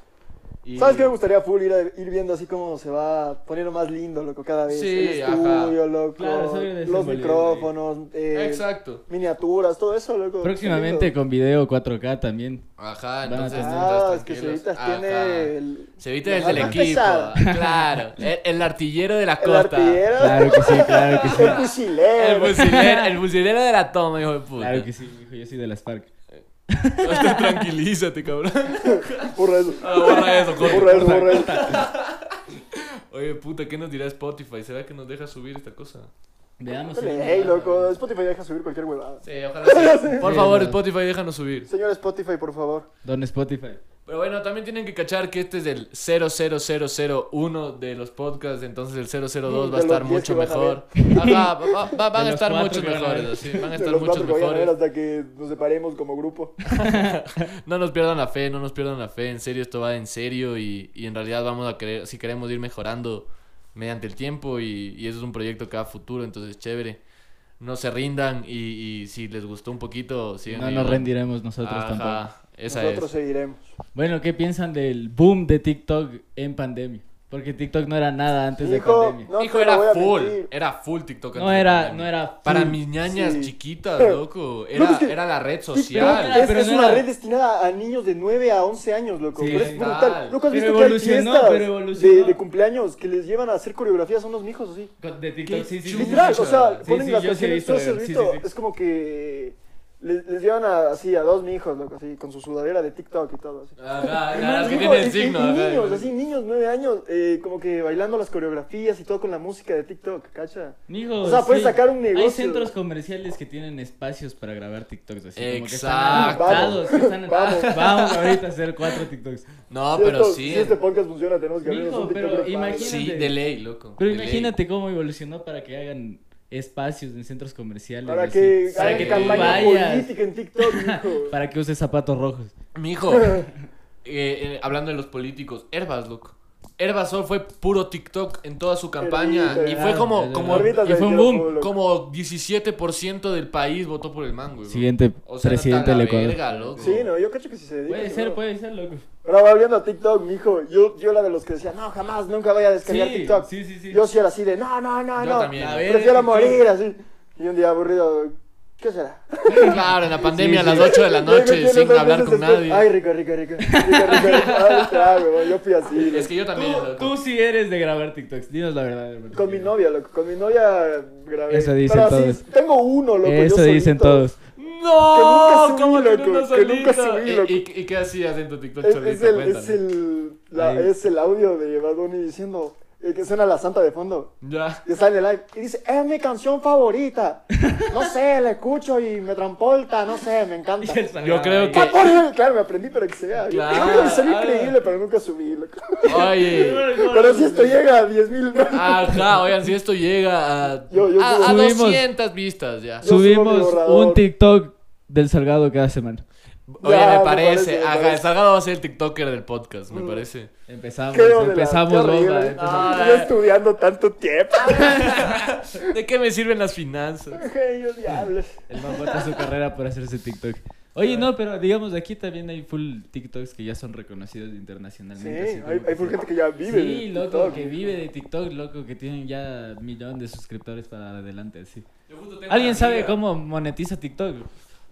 Y- ¿Sabes qué me gustaría full ir, a- ir viendo así como se va poniendo más lindo, loco, cada vez? Sí, el estudio, ajá. loco, Claro, eso viene los desenvolviendo micrófonos, eh, Exacto. miniaturas, todo eso, loco. Próximamente Qué lindo. con video 4K también. Ajá, Van a entonces. tener- Ah, entonces es que tranquilos. Cevitas Ajá. tiene el... Cevita es del Ajá, equipo. pesado. Claro. El, el artillero de la El costa. artillero, Claro que sí, claro que sí. el El fusilero. fusilero, el fusilero de la toma, hijo de puta. Claro que sí, hijo, yo soy de las FARC. Tranquilízate, cabrón. Burra eso. Ah, borra eso, corta. Burra eso, burra eso. Oye, puta, ¿qué nos dirá Spotify? ¿Será que nos deja subir esta cosa? Veamos. si- Dale, Hey, loco, Spotify deja subir cualquier huevada. Sí, ojalá sí. Por Sí, favor, no. Spotify, déjanos subir. Señor Spotify, por favor. Don Spotify. Pero bueno, también tienen que cachar que este es el 00001 de los podcasts, entonces el 002 Mm, va a de estar los diez mucho que van a mejor. Ajá, va- va- va- van De a los estar cuatro mucho que van a mejores, ver. así, van a De estar los mucho cuatro que vayan a ver mejores. hasta que nos separemos como grupo. No nos pierdan la fe, no nos pierdan la fe, en serio, esto va en serio y, y en realidad vamos a querer, si queremos ir mejorando mediante el tiempo y, y eso es un proyecto que va a futuro, entonces chévere. No se rindan y, y si les gustó un poquito, sigan No ahí, nos ¿no? rendiremos nosotros Ajá, tampoco. Esa Nosotros es. seguiremos. Bueno, ¿qué piensan del boom de TikTok en pandemia? Porque TikTok no era nada antes de Hijo, pandemia. No Hijo, te la era voy a full. mentir. Era full TikTok. No antes de era- pandemia. no era Para full, mis ñañas sí. chiquitas, Pero- loco. No, Era, pues que- era la red TikTok social. Pero es, es no una era- red destinada a niños de 9 a 11 años, loco. Sí, pero es tal. brutal. Loco, has Pero visto que hay evolucionó, fiestas pero de, evolucionó. de cumpleaños que les llevan a hacer coreografías a unos mijos así. Con- De TikTok, Qué sí, sí, sí. chucha. Literal, o sea, Sí, ponen sí, las yo sí he canciones, visto, todo ese sí, sí, ritmo, sí. es como que les, les llevan a- así a dos mijos, loco, así, con su sudadera de TikTok y todo, así. Ajá, ajá, las que Hijo, tienen y- y- signo. y ajá. niños, así, niños, nueve años, eh, como que bailando las coreografías y todo con la música de TikTok, ¿cacha? Mijo, O sea, puedes sacar un negocio. Hay centros comerciales que tienen espacios para grabar TikToks. Así, Como que están Exacto. adaptados. que están- Ah, Vamos. Vamos ahorita a hacer cuatro TikToks. No, Si Ah, pero esto- sí. Si este podcast funciona, tenemos que abrirnos Mijo, un pero TikTok. de padres. imagínate. Sí, de ley, loco. Pero de ley. imagínate cómo evolucionó para que hagan espacios en centros comerciales. Para así, que Para hagan que tú campaña vayas. política en TikTok, hijo. Para que uses zapatos rojos. Mi hijo, eh, hablando de los políticos, Herbas, loco. Herbas solo fue puro TikTok en toda su campaña. Herbita, y fue como, ya, como, ya, Ahorita y fue un se boom, quedó loco. como 17% del país votó por el man, güey. Siguiente O sea, presidente no del está la Ecuador. verga, loco. Sí, no, yo cacho que si se dedica. Puede ser, puede ser, loco. Pero volviendo a TikTok, mijo, yo, yo era de los que decía, no, jamás, nunca voy a descargar Sí, TikTok. sí, sí, sí. Yo sí era así de, no, no, no, Yo Ah, no. también. La verga, Prefiero TikTok. morir así. Y un día aburrido, ¿qué será? Claro, en la pandemia a Sí, las sí. 8 de la noche Luego, sin dos hablar meses con después, nadie. Ay, rico, rico, rico. rico, rico, rico. Ay, trago, yo fui así. es que yo también, Tú, loco. tú sí eres de grabar TikToks. Dinos la verdad, hermano. Con mi novia, loco, con mi novia grabé. Eso dicen Pero así, todos. tengo uno, loco. yo Eso dicen solito. todos. ¡No! Que nunca subí, ¿Cómo que loco, no que nunca solito? subí, ¿Y- loco. ¿Y, y qué hacías en tu TikTok, Es, Cholito? es el, es, Cuéntame. el, la- Ahí. es el audio de Bad Bunny diciendo eh, que suena la santa de fondo. Ya. Y sale live y dice, es mi canción favorita. No sé, la escucho y me transporta, no sé, me Y encanta. él sale Yo a creo bailar. que- Ah, por el- Claro, me aprendí para que se vea. Claro. Claro. Sería increíble, pero nunca subí. loco. Oye. Pero si esto llega a 10.000, no. Ajá, oigan, si esto llega a, Yo- yo a, subo- a Subimos. 200 vistas ya. Yo subo mi Subimos borrador. un TikTok del Salgado cada semana. Oye, Ya, me me parece. parece, me Ajá, el parece. Mm. Salgado va a ser el TikToker del podcast, me parece. Empezamos, Qué horrible, Ah, empezamos qué bomba. horrible. empezamos. ah. Ah. Estuve estudiando tanto tiempo. ¿De qué me sirven las finanzas? Yo diablos. El man bota su carrera por hacerse TikTok. Oye, no, pero digamos, aquí también hay full TikToks que ya son reconocidos Sí, internacionalmente. así hay, como hay que- gente que ya vive. Sí, de loco, TikTok. que vive de TikTok, loco, que tienen ya millón de suscriptores para adelante, así. Yo justo tengo ¿Alguien una sabe amiga. cómo monetiza TikTok?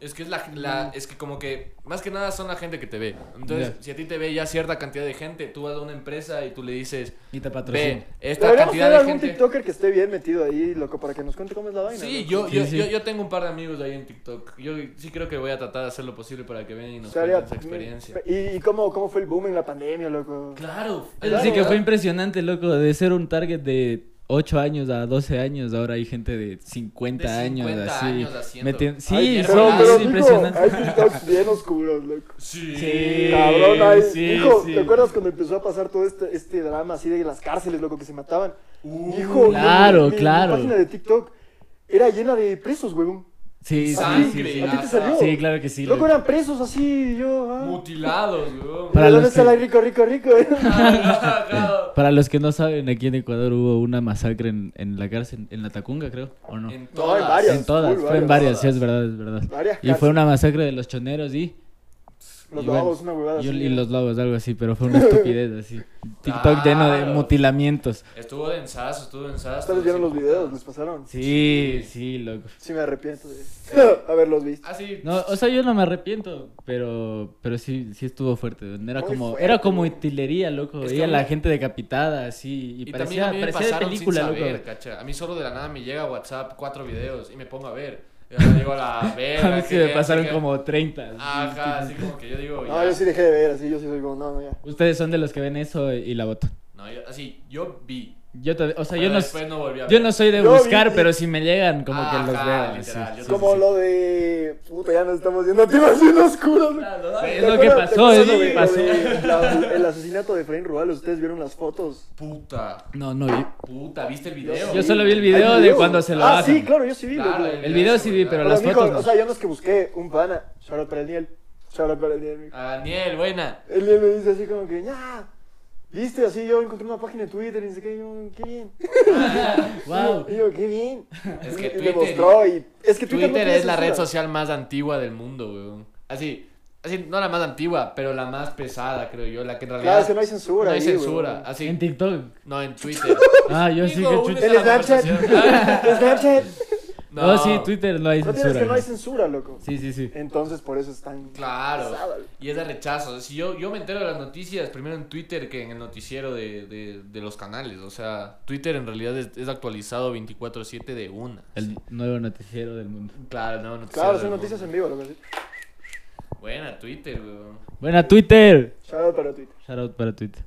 Es que es la, la- es que como que más que nada son la gente que te ve. Entonces, Ya. si a ti te ve ya cierta cantidad de gente, tú vas a una empresa y tú le dices, Y te "Ve, patrocina. esta Deberíamos tener cantidad de algún gente." TikToker que esté bien metido ahí, loco, para que nos cuente cómo es la vaina. Sí, loco. yo, Sí, yo, sí. Yo, yo tengo un par de amigos ahí en TikTok. Yo sí creo que voy a tratar de hacer lo posible para que vengan y nos Estaría- cuenten su experiencia. ¿Y, y cómo, cómo fue el boom en la pandemia, loco? Claro. Él Claro, dice que ¿verdad? fue impresionante, loco, de ser un target de 8 años a 12 años, ahora hay gente de 50, De 50 años, así. años haciendo. metien- Sí, Ay, sí, pero- es pero, mijo, impresionante. hay TikToks bien oscuros, loco. Sí. Sí. Cabrón, ahí. sí, hijo, sí. ¿te acuerdas cuando empezó a pasar todo este, este drama así de las cárceles, loco, que se mataban? Uh, hijo, claro, mi- mi- mi claro. página de TikTok era llena de presos, huevón. Sí, sí, sí, Sangre. sí. ¿A ti te salió? Sí, claro que sí. loco, loco. eran presos así, yo. Ah. Mutilados, weón. Para Pero los ¿Dónde está que- la rico, rico, rico? Claro. Para los que no saben, aquí en Ecuador hubo una masacre en, en la cárcel, en la Tacunga, creo, ¿o no? En No, hay todas. varias. En todas, full fue en varias. varias, sí, es verdad, es verdad. Varias y fue cárceles. una masacre de los choneros y... Los y bueno, lobos, una huevada y, así. ¿eh? y los lobos, algo así, pero fue una estupidez así. TikTok lleno de Claro. mutilamientos. Estuvo densazo, estuvo densazo. Ustedes vieron los videos, les pasaron. Sí, sí, loco. Sí, me arrepiento de haberlos visto. Ah, sí. No, o sea, yo no me arrepiento, pero pero sí sí estuvo fuerte. Era Muy como fuerte, era como loco. utilería, loco. Es que a Veía a mí- la gente decapitada así y, Y también parecía a mí me parecía de pasaron película, sin loco. saber, cacha. A mí solo de la nada me llega WhatsApp cuatro videos y me pongo a ver. Y ahora digo, la verga. A mí sí qué me bien, pasaron qué- como 30. Ajá, así como que yo digo. No, ya. yo sí dejé de ver, así yo sí soy como, no, no, ya. Ustedes son de los que ven eso y la votan. No, yo, así, yo vi. Yo ta- o sea, pero yo no después no volví a ver. yo no soy de Yo vi- buscar, pero si me llegan como que los Ajá, veo. así, literal, yo sí, Como sí, sí. lo de. Puta, ya nos estamos yendo a temas bien oscuros. Claro, Es lo que pasó, es lo que pasó. el asesinato de Efraín Rual, ustedes vieron las fotos. Puta, No, no vi. puta, ¿viste el video? Yo solo vi el ¿Hay video de cuando se lo Ah, bajan. sí, claro, yo sí vi. Claro, loco. El video sí vi, pero Pero, las mijo, fotos no. O sea, yo no es que busqué un pana. Shout out para el Niel. Shout out para el Niel, mijo. A Ah, Daniel, buena. El Niel me dice así como que, ya. ¿Viste? Así yo encontré una página en Twitter y dice que yo, qué bien. Wow. Y yo, qué bien. Es que Y me Twitter- mostró y. Es que Twitter, no Twitter tiene es la red censura. social más antigua del mundo, weón. Así, Así, no la más antigua, pero la más pesada, creo yo. La que en realidad. Claro, es que no hay censura. no hay ahí, censura. weón. Así. En TikTok. No, en Twitter. Ah, yo sí que Amigo, chucha. únete a la El Snapchat. conversación. Snapchat. No, No, Oh, sí, Twitter no hay No tienes censura. que no hay censura, loco. Sí, sí, sí. Entonces por eso es tan Claro. pesada, loco. Y es de rechazo. Si yo, yo me entero de las noticias primero en Twitter que en el noticiero de, de, de los canales. O sea, Twitter en realidad es, es actualizado 24-7 de una. El nuevo noticiero del mundo. Claro, no, noticiero Claro, del son noticias en mundo. vivo, loco. así. Buena, Twitter, weón. Buena Twitter. Shout out para Twitter. Shout out para Twitter.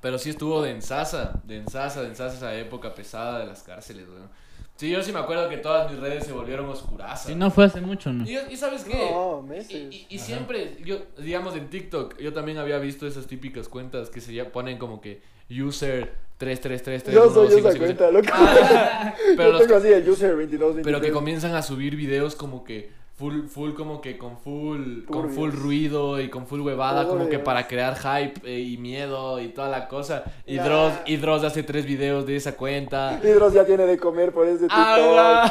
Pero sí estuvo densasa, densasa, densasa esa época pesada de las cárceles, weón. Sí, yo sí me acuerdo que todas mis redes se volvieron oscurazas. Si no fue hace mucho, ¿no? y, yo- y sabes qué? No, Y, meses. y- y siempre, yo, digamos en TikTok, yo también había visto esas típicas cuentas que se ya ponen como que user 3333. Yo soy esa cuenta, loco. pero, Yo los- tengo así el user 22, pero que 23. comienzan a subir videos como que full, full como que con full, con Turbios. full ruido y con full huevada, como que Turbios. para crear hype eh, y miedo y toda la cosa. Y Ya. Dross, y Dross hace tres videos de esa cuenta. Hidros ya tiene de comer por ese TikTok. ¡Ala!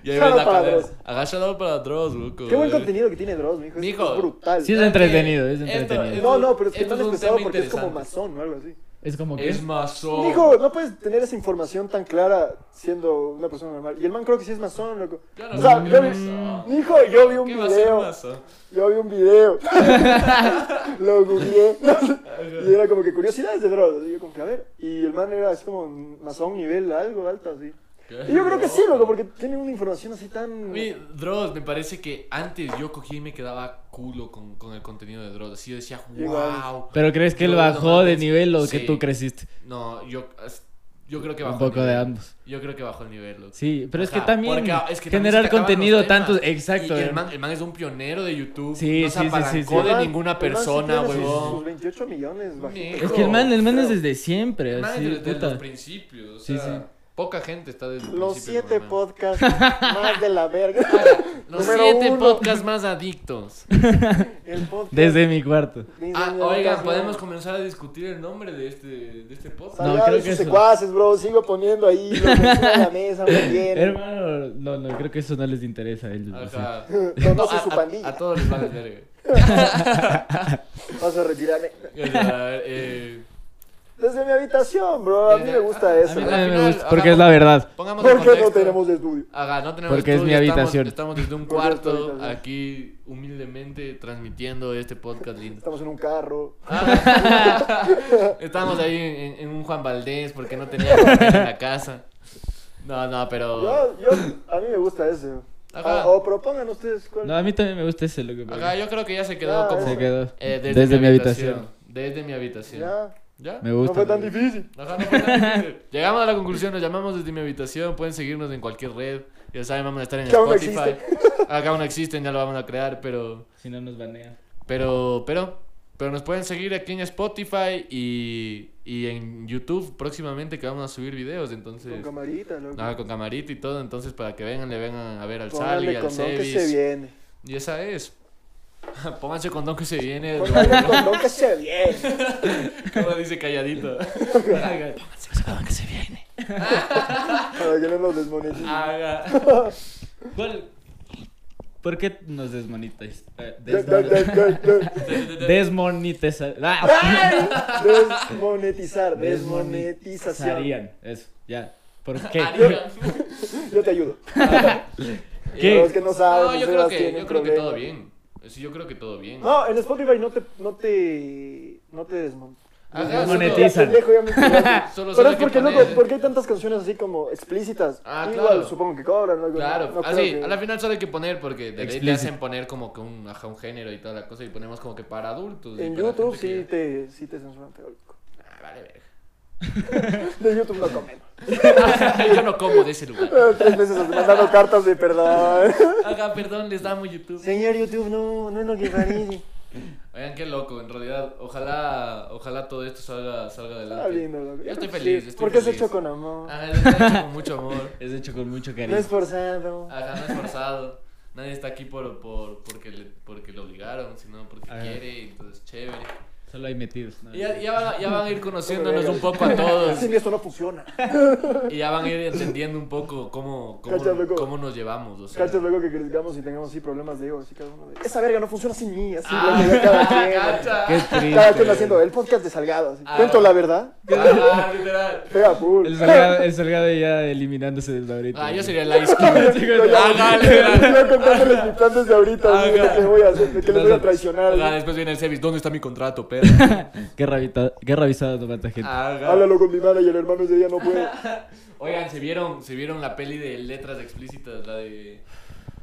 y ahí Shout ves out la para cara. Dross. Agachado para Dross, loco. Qué buen eh. contenido que tiene Dross, mijo. Es- Mijo. Es brutal. Sí, es entretenido, es entretenido. No, no, pero es que esto no un es pesado tema porque es como interesante. masón o algo así. Es como que. Es masón. Mijo, no puedes tener esa información tan clara siendo una persona normal. Y el man creo que sí es masón, loco. Yo O sea, soy yo masón. vi, mijo, yo vi un ¿Qué va a ser video. masón? Yo vi un video. Lo googleé. y era como que curiosidades de Dross. así, yo como que, a ver. Y el man era así como masón nivel algo alto, así. Y yo creo que sí, loco, porque tiene una información así tan... Mi Dross, me parece que antes yo cogía y me quedaba culo con, con el contenido de Dross. Así yo decía, Igual. wow. Pero crees que él No, no bajó de mames. nivel o que Sí. tú creciste. No, yo, yo creo que bajó. Un el poco de nivel. ambos. Yo creo que bajó el nivel, loco. Sí, pero es que Ajá, también porque, ah, es que también se generar te acaban contenido los temas. Y- tantos. Exacto. Y, el, eh. man, el man es un pionero de YouTube. Sí, no sí, se sí, sí, apalancó sí. de El man- ninguna el man sí persona, tiene sus- Sus huevón. 28 millones bajitos. Es que el man, el man es desde siempre. El man es Así, desde, desde puta. los principios. o Sí, sea, sí. Poca gente está desde el Los principio. siete podcasts. podcasts más de la verga. Los Número siete uno. podcasts más adictos. El podcast. Desde mi cuarto. Ah, oigan, podemos comenzar a discutir el nombre de este, de este podcast. No, No, creo creo que eso. secuaces, bro. Sigo poniendo ahí lo que encima de la mesa, muy bien. Hermano, no, no, creo que eso no les interesa a ellos. así. Ajá. No, Conoce a, su a- pandilla. a todos les vale verga. Paso a retirarme. O sea, eh, Desde mi habitación, bro. A mí me gusta Eh, A eso. mí Al también me final, gusta, porque ajá, es la verdad. pongamos en ¿Por qué no contexto. tenemos estudio? Ajá, no tenemos Porque es mi estudio, estamos- habitación. Estamos, desde un Porque es tu cuarto habitación. aquí humildemente transmitiendo este podcast lindo. Estamos en un carro. Ah, estamos ahí en, en- en un Juan Valdés porque no teníamos en la casa. No, no, pero... Yo, yo, a mí me gusta eso. Ajá. Ah, O propongan ustedes cuál. No, a mí también me gusta ese loco. pero Ajá, yo creo que ya se quedó Ya, como... Se quedó. eh, desde, mi habitación. Desde mi habitación. Ya, ¿Ya? Me no gusta. fue tan loco. difícil. Ajá, no pues, fue tan difícil. Llegamos a la conclusión, nos llamamos desde mi habitación, pueden seguirnos en cualquier red, ya saben, vamos a estar en Que aún no Spotify. Acá aún no existen, ya lo vamos a crear, pero Si no nos banean. pero pero pero nos pueden seguir aquí en Spotify y, y en YouTube próximamente que vamos a subir videos, Con entonces camarita, loco. nada, con camarita y todo, entonces para que vengan le vengan a ver al Sally, Pónganle al con don que se Sevis. viene. Y esa es. Pónganse condón que se viene, Pónganle con don que se viene. como dice calladito. Pónganse condón que se viene. Para que no nos desmoneticen. Ah. ¿Cuál? ¿Por qué nos desmonitas? eh, Ya, desmon- ya, ya, ya, ya. Desmonetiza. Ah, Desmonetizar, desmonetización. Desmonetizarían. Eso, ya. ¿Por qué? Yo te ayudo. ¿Qué? Los que no saben, No, yo ustedes creo que, tienen yo creo que problemas. todo bien. Sí, yo creo que todo bien. No, en Spotify no te, no te, no te desmon- Ajá, desmonetizan. Monetizan. Ya, pendejo, ya me equivoqué. Solo Pero sabe es que porque, poner- loco, ¿por qué hay tantas canciones así como explícitas? Ah, Igual, claro. supongo que cobran. ¿no? Claro, No creo así, que- a la final solo hay que poner porque de ley te Explícito. hacen poner como que un, ajá, un género y toda la cosa y ponemos como que para adultos. y En pues, para YouTube gente sí que- te, sí te censuran, pero, loco. Ah, vale, verga. De YouTube no comemos. Yo no como de ese lugar. Eh, Tres meses mandando cartas de perdón. Ajá, perdón, les damos YouTube. Señor YouTube, no, no es lo que parece. Oigan, qué loco, en realidad, ojalá, ojalá todo esto salga, salga Está adelante. Ah, lindo, loco. Yo estoy creo que feliz, sí, estoy Porque es feliz. Ah, hecho con amor. Ajá, les hecho con mucho amor. Es hecho con mucho No cariño. es forzado. Ajá, no es forzado. Nadie está aquí por, por, porque, le, porque lo obligaron, sino porque Ajá. quiere, entonces chévere. Solo hay metidos. nada Y ya, más. ya van, a- ya van a ir conociéndonos un poco a todos Sin esto no funciona. y ya van a ir entendiendo un poco cómo, cómo, Cacha, loco. cómo nos llevamos. O sea. Cachas luego que crezcamos y tengamos así problemas de ego, así cada uno de Esa verga no funciona sin mí. Así Ah, lo que cada quien. cacha. Qué Cada quien triste. haciendo el podcast de Salgado. así. Ah. Cuento la verdad. Ah, literal. Pega full. El Salgado, el Salgado ya eliminándose desde ahorita. Ah, yo güey. sería el Ice Cube. Ah, Yo literal. voy contándoles mis planes de ahorita, así, de Ajá. que voy a hacer, de que les voy a traicionar. Ah, así. después viene el service. ¿Dónde está mi contrato, perro? Ah, Qué, rabita, qué revisada toma esta gente. Haga. Háblalo con mi manager, hermano, ese día no puede. Oigan, ¿se vieron, se vieron la peli de letras explícitas, la de.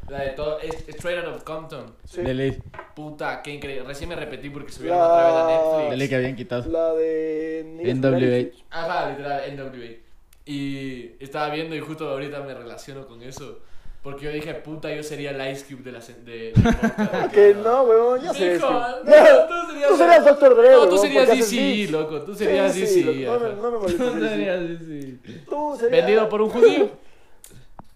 La de todo. Es, es Straight Out of Compton. Sí. De ley, Puta, qué increíble. Recién me repetí porque subieron otra vez a de Netflix. ley que habían quitado. La de... NWA. Ajá, literal, NWA. Y estaba viendo y justo ahorita me relaciono con eso. Porque yo dije, puta, yo sería el Ice Cube de la. sen- De, del podcast. Ah, Que no, weón, ya sé Mijo, esto. no, tú serías, Tú serías Dr. Dre, No, tú weón, serías porque haces DC, beats. loco. Tú serías Sí, DC. sí, loco, No, me- ajá. no me molestes. Tú serías, sí, sí. Tú serías... Vendido por un judío.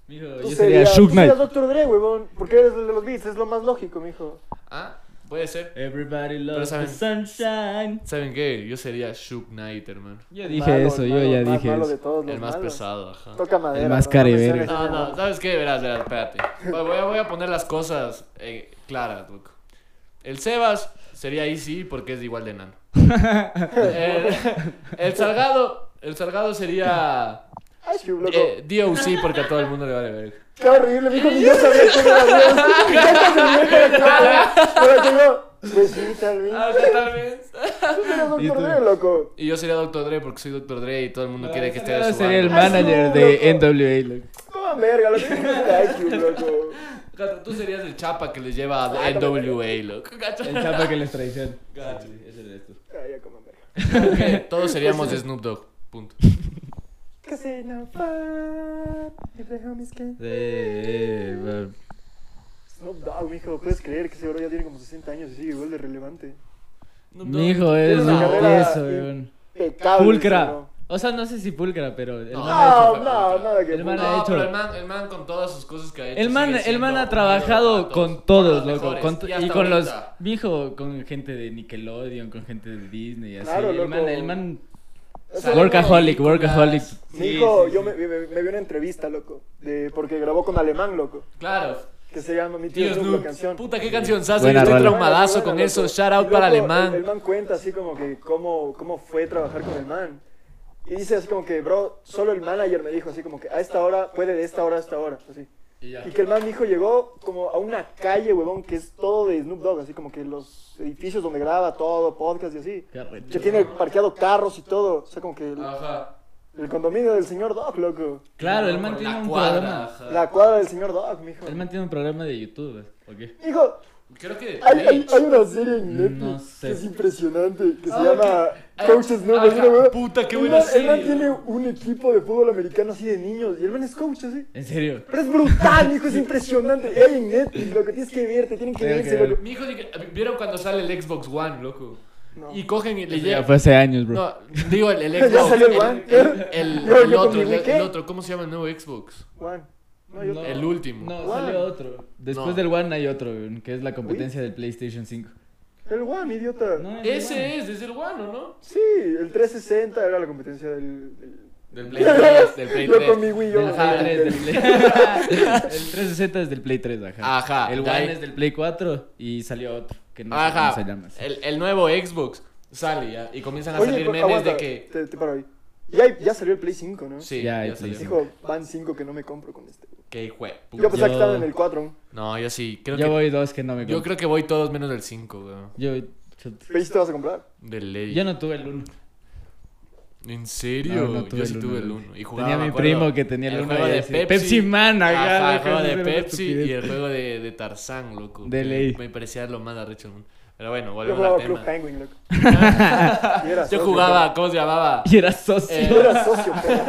Mijo, Tú yo sería serías, Shook tú serías Knight. Dr. Dre, weón, porque eres el de los beats, es lo más lógico, mijo. Ah, puede ser. Everybody Pero loves the saben- sunshine. ¿Saben qué? Yo sería Shook Knight, hermano. Yo dije Malo, eso, yo malo, ya más dije malo eso. de todos los El más malos. pesado, ajá. Toca madera. más no, careverga. No, me No, suenes no, ¿sabes qué? Verás, verás, espérate. Voy, voy a, voy a poner las cosas eh, claras, loco. El Sebas sería Easy porque es igual de enano. El, el Salgado, el Salgado sería Ice Cube, loco. eh, DOC porque a todo el mundo le vale ver. Qué horrible, mijo, ni yo sabía que era Dios. Ya estás en el Pero tengo... Pues sí, tal vez. Ah, Tú serías Y tú- Dr. Dre, loco. Y yo sería Dr. Dre porque soy Dr. Dre y todo el Ah, mundo quiere que esté Yo de su sería el banda. manager de NWA. loco. No, verga, lo que es Ice Cube, loco. Gato, Tú serías el chapa que les lleva Ah, a NWA, loco. Gato. El chapa que les traiciona. Sí, ese eres tú. Ay, ya como verga. Ok, Todos seríamos Snoop Dogg. Punto. Casino Fun, if the homies can- Eh, eh, bueno. Snoop Dogg, mijo, ¿puedes creer que ese bro ya tiene como 60 años y sigue igual de relevante? Snoop Dogg. Mi hijo es Tiene un una carrera teso, in- weón. Pecable. ese Pulcra. bro. O sea, no sé si pulcra, pero el No. man ha No, hecho hecho- no, pecable. nada que El man pulcra. No, ha hecho- pero el man, el man con todas sus cosas que ha hecho. El man, este sigue el man siendo ha un ídolo trabajado para con con los todos, loco. mejores, con to- y y hasta con los. ahorita. Mijo, con gente de Nickelodeon, con gente de Disney y así. Claro, el, man, loco. el man. O sea, Sale Workaholic, con workaholic. películas. Mijo, Sí, sí, yo sí. me, me, me vi una entrevista, loco, de, porque grabó con Alemán, loco, Claro. que se llama Mi tío Tío Snoop, la Snoop. canción. Puta, qué canción sasa. Yo Buena estoy rola. traumadazo Buena, con buena, eso. loco. Shout Y out loco, para El, el Alemán. man cuenta así como que cómo, cómo fue trabajar con el man. Y dice así como que, bro, solo el manager me dijo así como que a esta hora, puede de esta hora a esta hora, así. Y ya. Y que el man dijo, llegó como a una calle, huevón, que es todo de Snoop Dogg, así como que los edificios donde graba todo, podcast y así. Qué arrecho. Que tiene parqueado carros y todo, o sea, como que el, Ah. Ajá. el condominio del señor Dog, loco. Claro, el man Con tiene la un cuadra, programa. ajá. La cuadra del señor Dog, mijo. El man tiene un programa de YouTube. ¿O qué? Hijo, Creo que. hay, hay, hay una serie en Netflix No sé. que es impresionante, que se Ah, llama ok. Coach Ah, Snoop. ajá, es una hueva. puta, qué El buena man- El man serie. tiene un equipo de fútbol americano así de niños, y el man es coach así. En serio. Pero es brutal, hijo, es impresionante. Hay en Netflix, lo que tienes que ver, te tienen que Tengo ver. que se lo- ver. Mi hijo, ¿vieron cuando sale el Xbox One, loco? No. Y cogen y le Ya llevan. fue hace años, bro. No, digo el, el Ya Xbox. salió el el, One. el- el- Yo- el yo otro, el, confirmé, ¿qué? el otro. ¿Cómo se llama el nuevo Xbox? Juan. No, yo No. El último. No, One. salió otro. Después No. del One hay otro, weón, que es la competencia del PlayStation 5. El One, idiota. No, el One. Ese es, es el One, ¿o no? Sí, el 360 era la competencia del. del- Del Play 3, del Play Yo con mi 3. Wii, yo. eh, Del Play 3, del Play. el 360 es del Play 3, ajá. Ajá, El de ahí- One es del Play 4 y salió otro, que no sé cómo Ajá, Eh, se llama. sí. el, el nuevo Xbox sale ya y comienzan a Oye, salir pero memes aguanta, de que... Te, te paro ahí. Ya, ya salió el Play 5, ¿no? Sí, ya, Ya, el Play salió. cinco. Dijo, van 5 que no me compro con este. Que hijo de puta. Yo pues- pensaba que Yo- estaba en el 4. No, yo sí, creo Yo que... voy dos que no me Yo compro. creo que voy todos menos del 5, weón. Yo, yo, Pero sí te vas a comprar. De ley. yo no tuve el 1. ¿En serio? No, no tuve yo sí el uno, tuve el loco. 1. Y jugaba, Tenía me mi acuerdo, primo que tenía el 1 juego de Pepsi. Man, acá, Ajá, el loco, juego eso de era una Pepsi estupidez. y el juego de, de Tarzán, loco. De que ley. Me parecía lo más arrecho del mundo. Pero bueno, Yo volvemos jugaba al Club tema. Penguin, loco. Y era Yo socio, jugaba, ¿cómo se llamaba? Y era socio. Eh, Yo era socio, pero.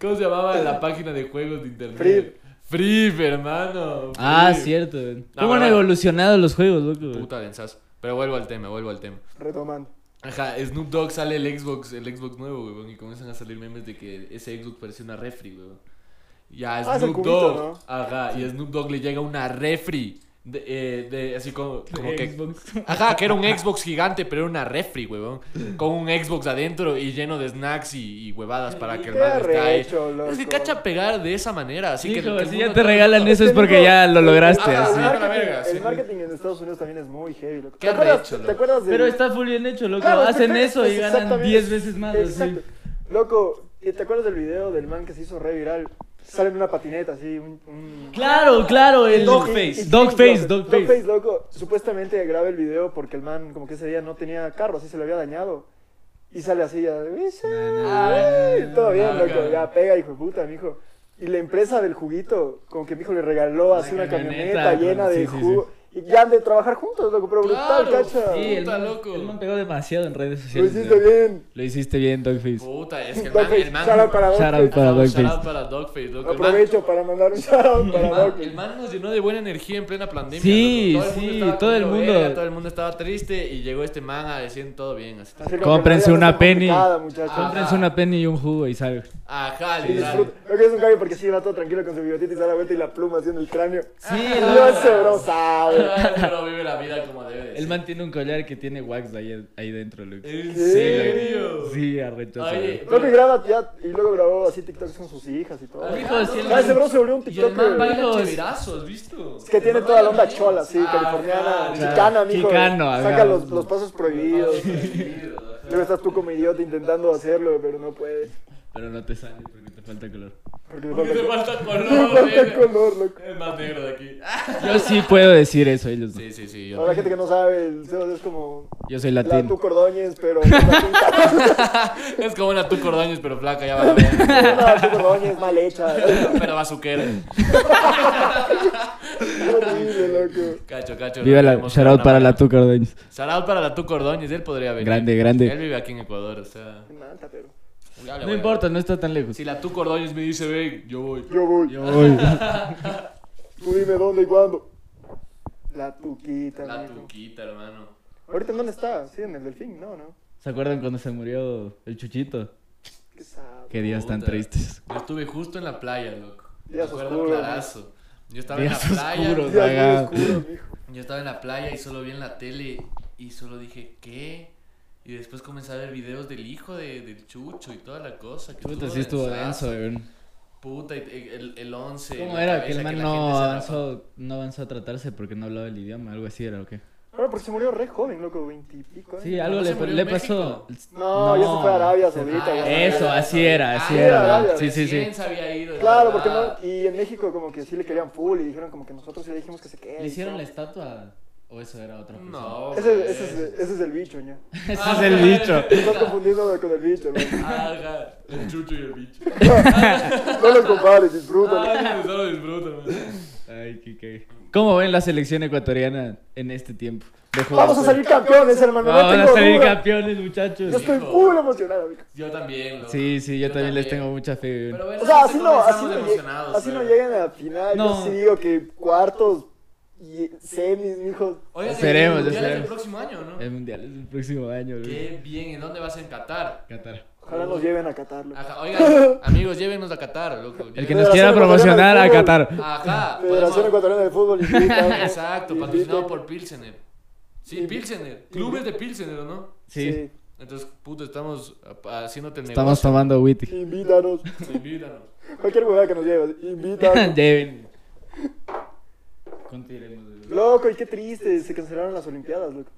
¿Cómo se llamaba la página de juegos de internet? Free. Free, hermano. ah, Free. cierto. No, weón. ¿Cómo pero han bueno. evolucionado los juegos, loco? weón? Puta densazo. Pero vuelvo al tema, vuelvo al tema. Retomando. Ajá, Snoop Dogg sale el Xbox, el Xbox nuevo, weón, y comienzan a salir memes de que ese Xbox parecía una refri, weón. Y a Ah, es el Snoop cubito, Dogg, ¿no? ajá, y a Snoop Dogg le llega una refri De, eh, de- así como, como De que... Xbox. Ajá, que era un Xbox gigante, pero era una refri, huevón. Con un Xbox adentro y lleno de snacks y, y huevadas para que el Qué man esté ahí. arrecho, loco. Es que cacha pegar de esa manera, así que... Hijo, que el si mundo ya te todo- regalan eso es porque ya lo lograste, Ah, Este el, sí. así. marketing, Verga, sí. el marketing en Estados Unidos también es muy heavy, loco. Qué ¿Te acuerdas, arrecho, ¿Te loco. acuerdas de... Pero está full bien hecho, loco. Claro, es Hacen perfecto, eso y es ganan exactamente- 10 veces más, así. Exacto. Loco, ¿y ¿te acuerdas del video del man que se hizo re viral? Sale en una patineta así, un... un- Claro, claro, el Y- y- Dogface, loco, Dogface. Dogface, loco. Supuestamente graba el video porque el man como que ese día no tenía carro, así se le había dañado. Y sale así, ya... Ah, "Ay, Todo bien, loco. Ya pega, hijo de puta, mijo. Y la empresa del juguito, como que mi hijo le regaló así una camioneta, camioneta llena de sí, sí, jugo. Y ya han de trabajar juntos, loco, pero brutal, Claro, cacha. Sí, el Puta, man, loco. el man pegó demasiado en redes Lo sociales. hiciste loco. bien. Lo hiciste bien, Dogface. Puta, es que el man... Dogface, El man shout out para Shout out Dogface. para Ah, un shout Dogface. out para Dogface, loco. El man- Aprovecho para mandar un shout out para El man, Dogface. el man nos llenó de buena energía en plena pandemia. Sí, loco. sí, estaba todo el comiendo mundo. verga, todo el mundo estaba triste y llegó este man a decir todo bien. Así. Así como que Cómprense la vida una está penny. complicada, muchachos. Ah, Cómprense una penny y un jugo y sale. Ajá, Y literal. disfruta. Creo que es un cambio porque sí va todo tranquilo con su bigotita y se da la vuelta y la pluma haciendo el cráneo. Sí, Yo ese bro sabe. Pero vive la vida como debe de Él ser. mantiene un collar que tiene wax ahí, ahí dentro, loco. ¿En serio? Sí, arrecho. Oye, Creo que graba ya y luego grabó así TikToks con sus hijas y todo. Ay, Hijo, sí, Ah, ese bro se volvió un Y el man TikToker baila Hijos. chéverazos, ¿has visto? que tiene toda la onda Ajá, chola, sí, californiana, Ah, claro. Ah, chicana, mijo. Chicano, ajá. Saca los, los pasos prohibidos. Luego estás tú como idiota intentando hacerlo, pero no puedes. Pero no te sale porque te falta color. Porque te Porque te falta, falta te color, falta el verga. color, loco. Es más negro de aquí. Ah, Yo sí puedo decir eso, ellos no. Sí, sí, sí. yo- Para la gente que no sabe, el Sebas es como Yo soy la tu latino. Cordóñez, pero con la pinta. Es como una tu Cordañez, pero flaca, ya va la verga. Una tu Cordóñez mal hecha. Pero bazuquera. Horrible, loco. Cacho, cacho. Viva no la tenemos shout out una para mala. la Tuca Ordóñez. Shout out para la tu Cordañez, él podría venir. Grande, Él grande. vive aquí en Ecuador, o sea. Me mata, pero. ya le voy No a- importa, no está tan lejos. Si la tu Cordañez me dice, ven, yo voy. Yo voy. Yo voy. Tú dime dónde y cuándo. La tuquita, La mijo. tuquita, hermano. ¿Ahorita en dónde está? Sí, en el delfín, no, no. ¿Se acuerdan cuando se murió el Chuchito? Qué sad. Qué días tan Puta. tristes. Yo estuve justo en la playa, loco. Me Días acuerdo oscuros, clarazo. Yo estaba Días en la playa. oscuros. Días muy Cagado. oscuros, mijo. Yo estaba en la playa y solo vi en la tele y solo dije, ¿qué? Y después comencé a ver videos del hijo de, del Chucho y toda la cosa. Que Chuta, sí estuvo densazo. denso, weón. Puta, y- y- el, el once. ¿Cómo la era? Que cabeza el man la no gente se avanzó, no avanzó a tratarse porque no hablaba el idioma, algo así era o qué. Ahora, porque se murió re joven, loco, veintipico. Sí, ¿No algo se le, murió le en pasó. No, ya se fue a Arabia Saudita. Ah, ya. Eso, eh. así era, así Ah, era. era, weón. era. Sí, sí, sí. Recién se había ido. es Claro, porque no. verdad. Y en México, como que sí le querían full y dijeron, como que nosotros sí le dijimos que se quede. ¿Le hicieron la Ese, estatua? ¿O eso era otra persona? No. Ah, ese, es, ese es el bicho, ña. Ese es el bicho. Estás confundiendo con el bicho, güey. loco. Ajá, el Chucho y el bicho. Ah, No los compares, disfrútalo. Ay, solo disfrutan, güey. Ay, qué qué. ¿Cómo ven la selección ecuatoriana en este tiempo? De Vamos a juventud? salir campeones, hermano. no Vamos a tengo salir duda. campeones, Yo muchachos. estoy full emocionado, mijo. Yo también, loco. Sí, sí, yo, también, les tengo mucha fe. weón. Pero bueno, O sea, ahorita así no, así comenzamos no, lleg- emocionados, eh. así no pero- llegan a la final. No. Yo sí digo que cuartos y semis, mijo. Oigan, el Esperemos, Mundial es esperemos. Em- el próximo año, ¿no? El mundial es el próximo año, weón. Qué bien, ¿en dónde vas en Qatar? Qatar. Ojalá nos lleven a Qatar, loco. Ajá, oigan, amigos, llévenos a Qatar, loco. El que llévenos- nos quiera Federación promocionar a Ecuatoriana de Qatar. Ajá, Federación podemos- Ecuatoriana de Fútbol. invita, ¿no? Exacto, Invita. patrocinado por Pilsener. Sí, Invita. Pilsener. Clubes de Pilsener, ¿o no? Sí. Entonces, puto, estamos ah, haciéndote el Estamos negocio. tomando witty. Sí, invítanos. Invítanos. Cualquier huevada que nos lleve, invítanos. Lleven. Continuemos. weón. Loco, y qué triste, se cancelaron las Olimpiadas, loco.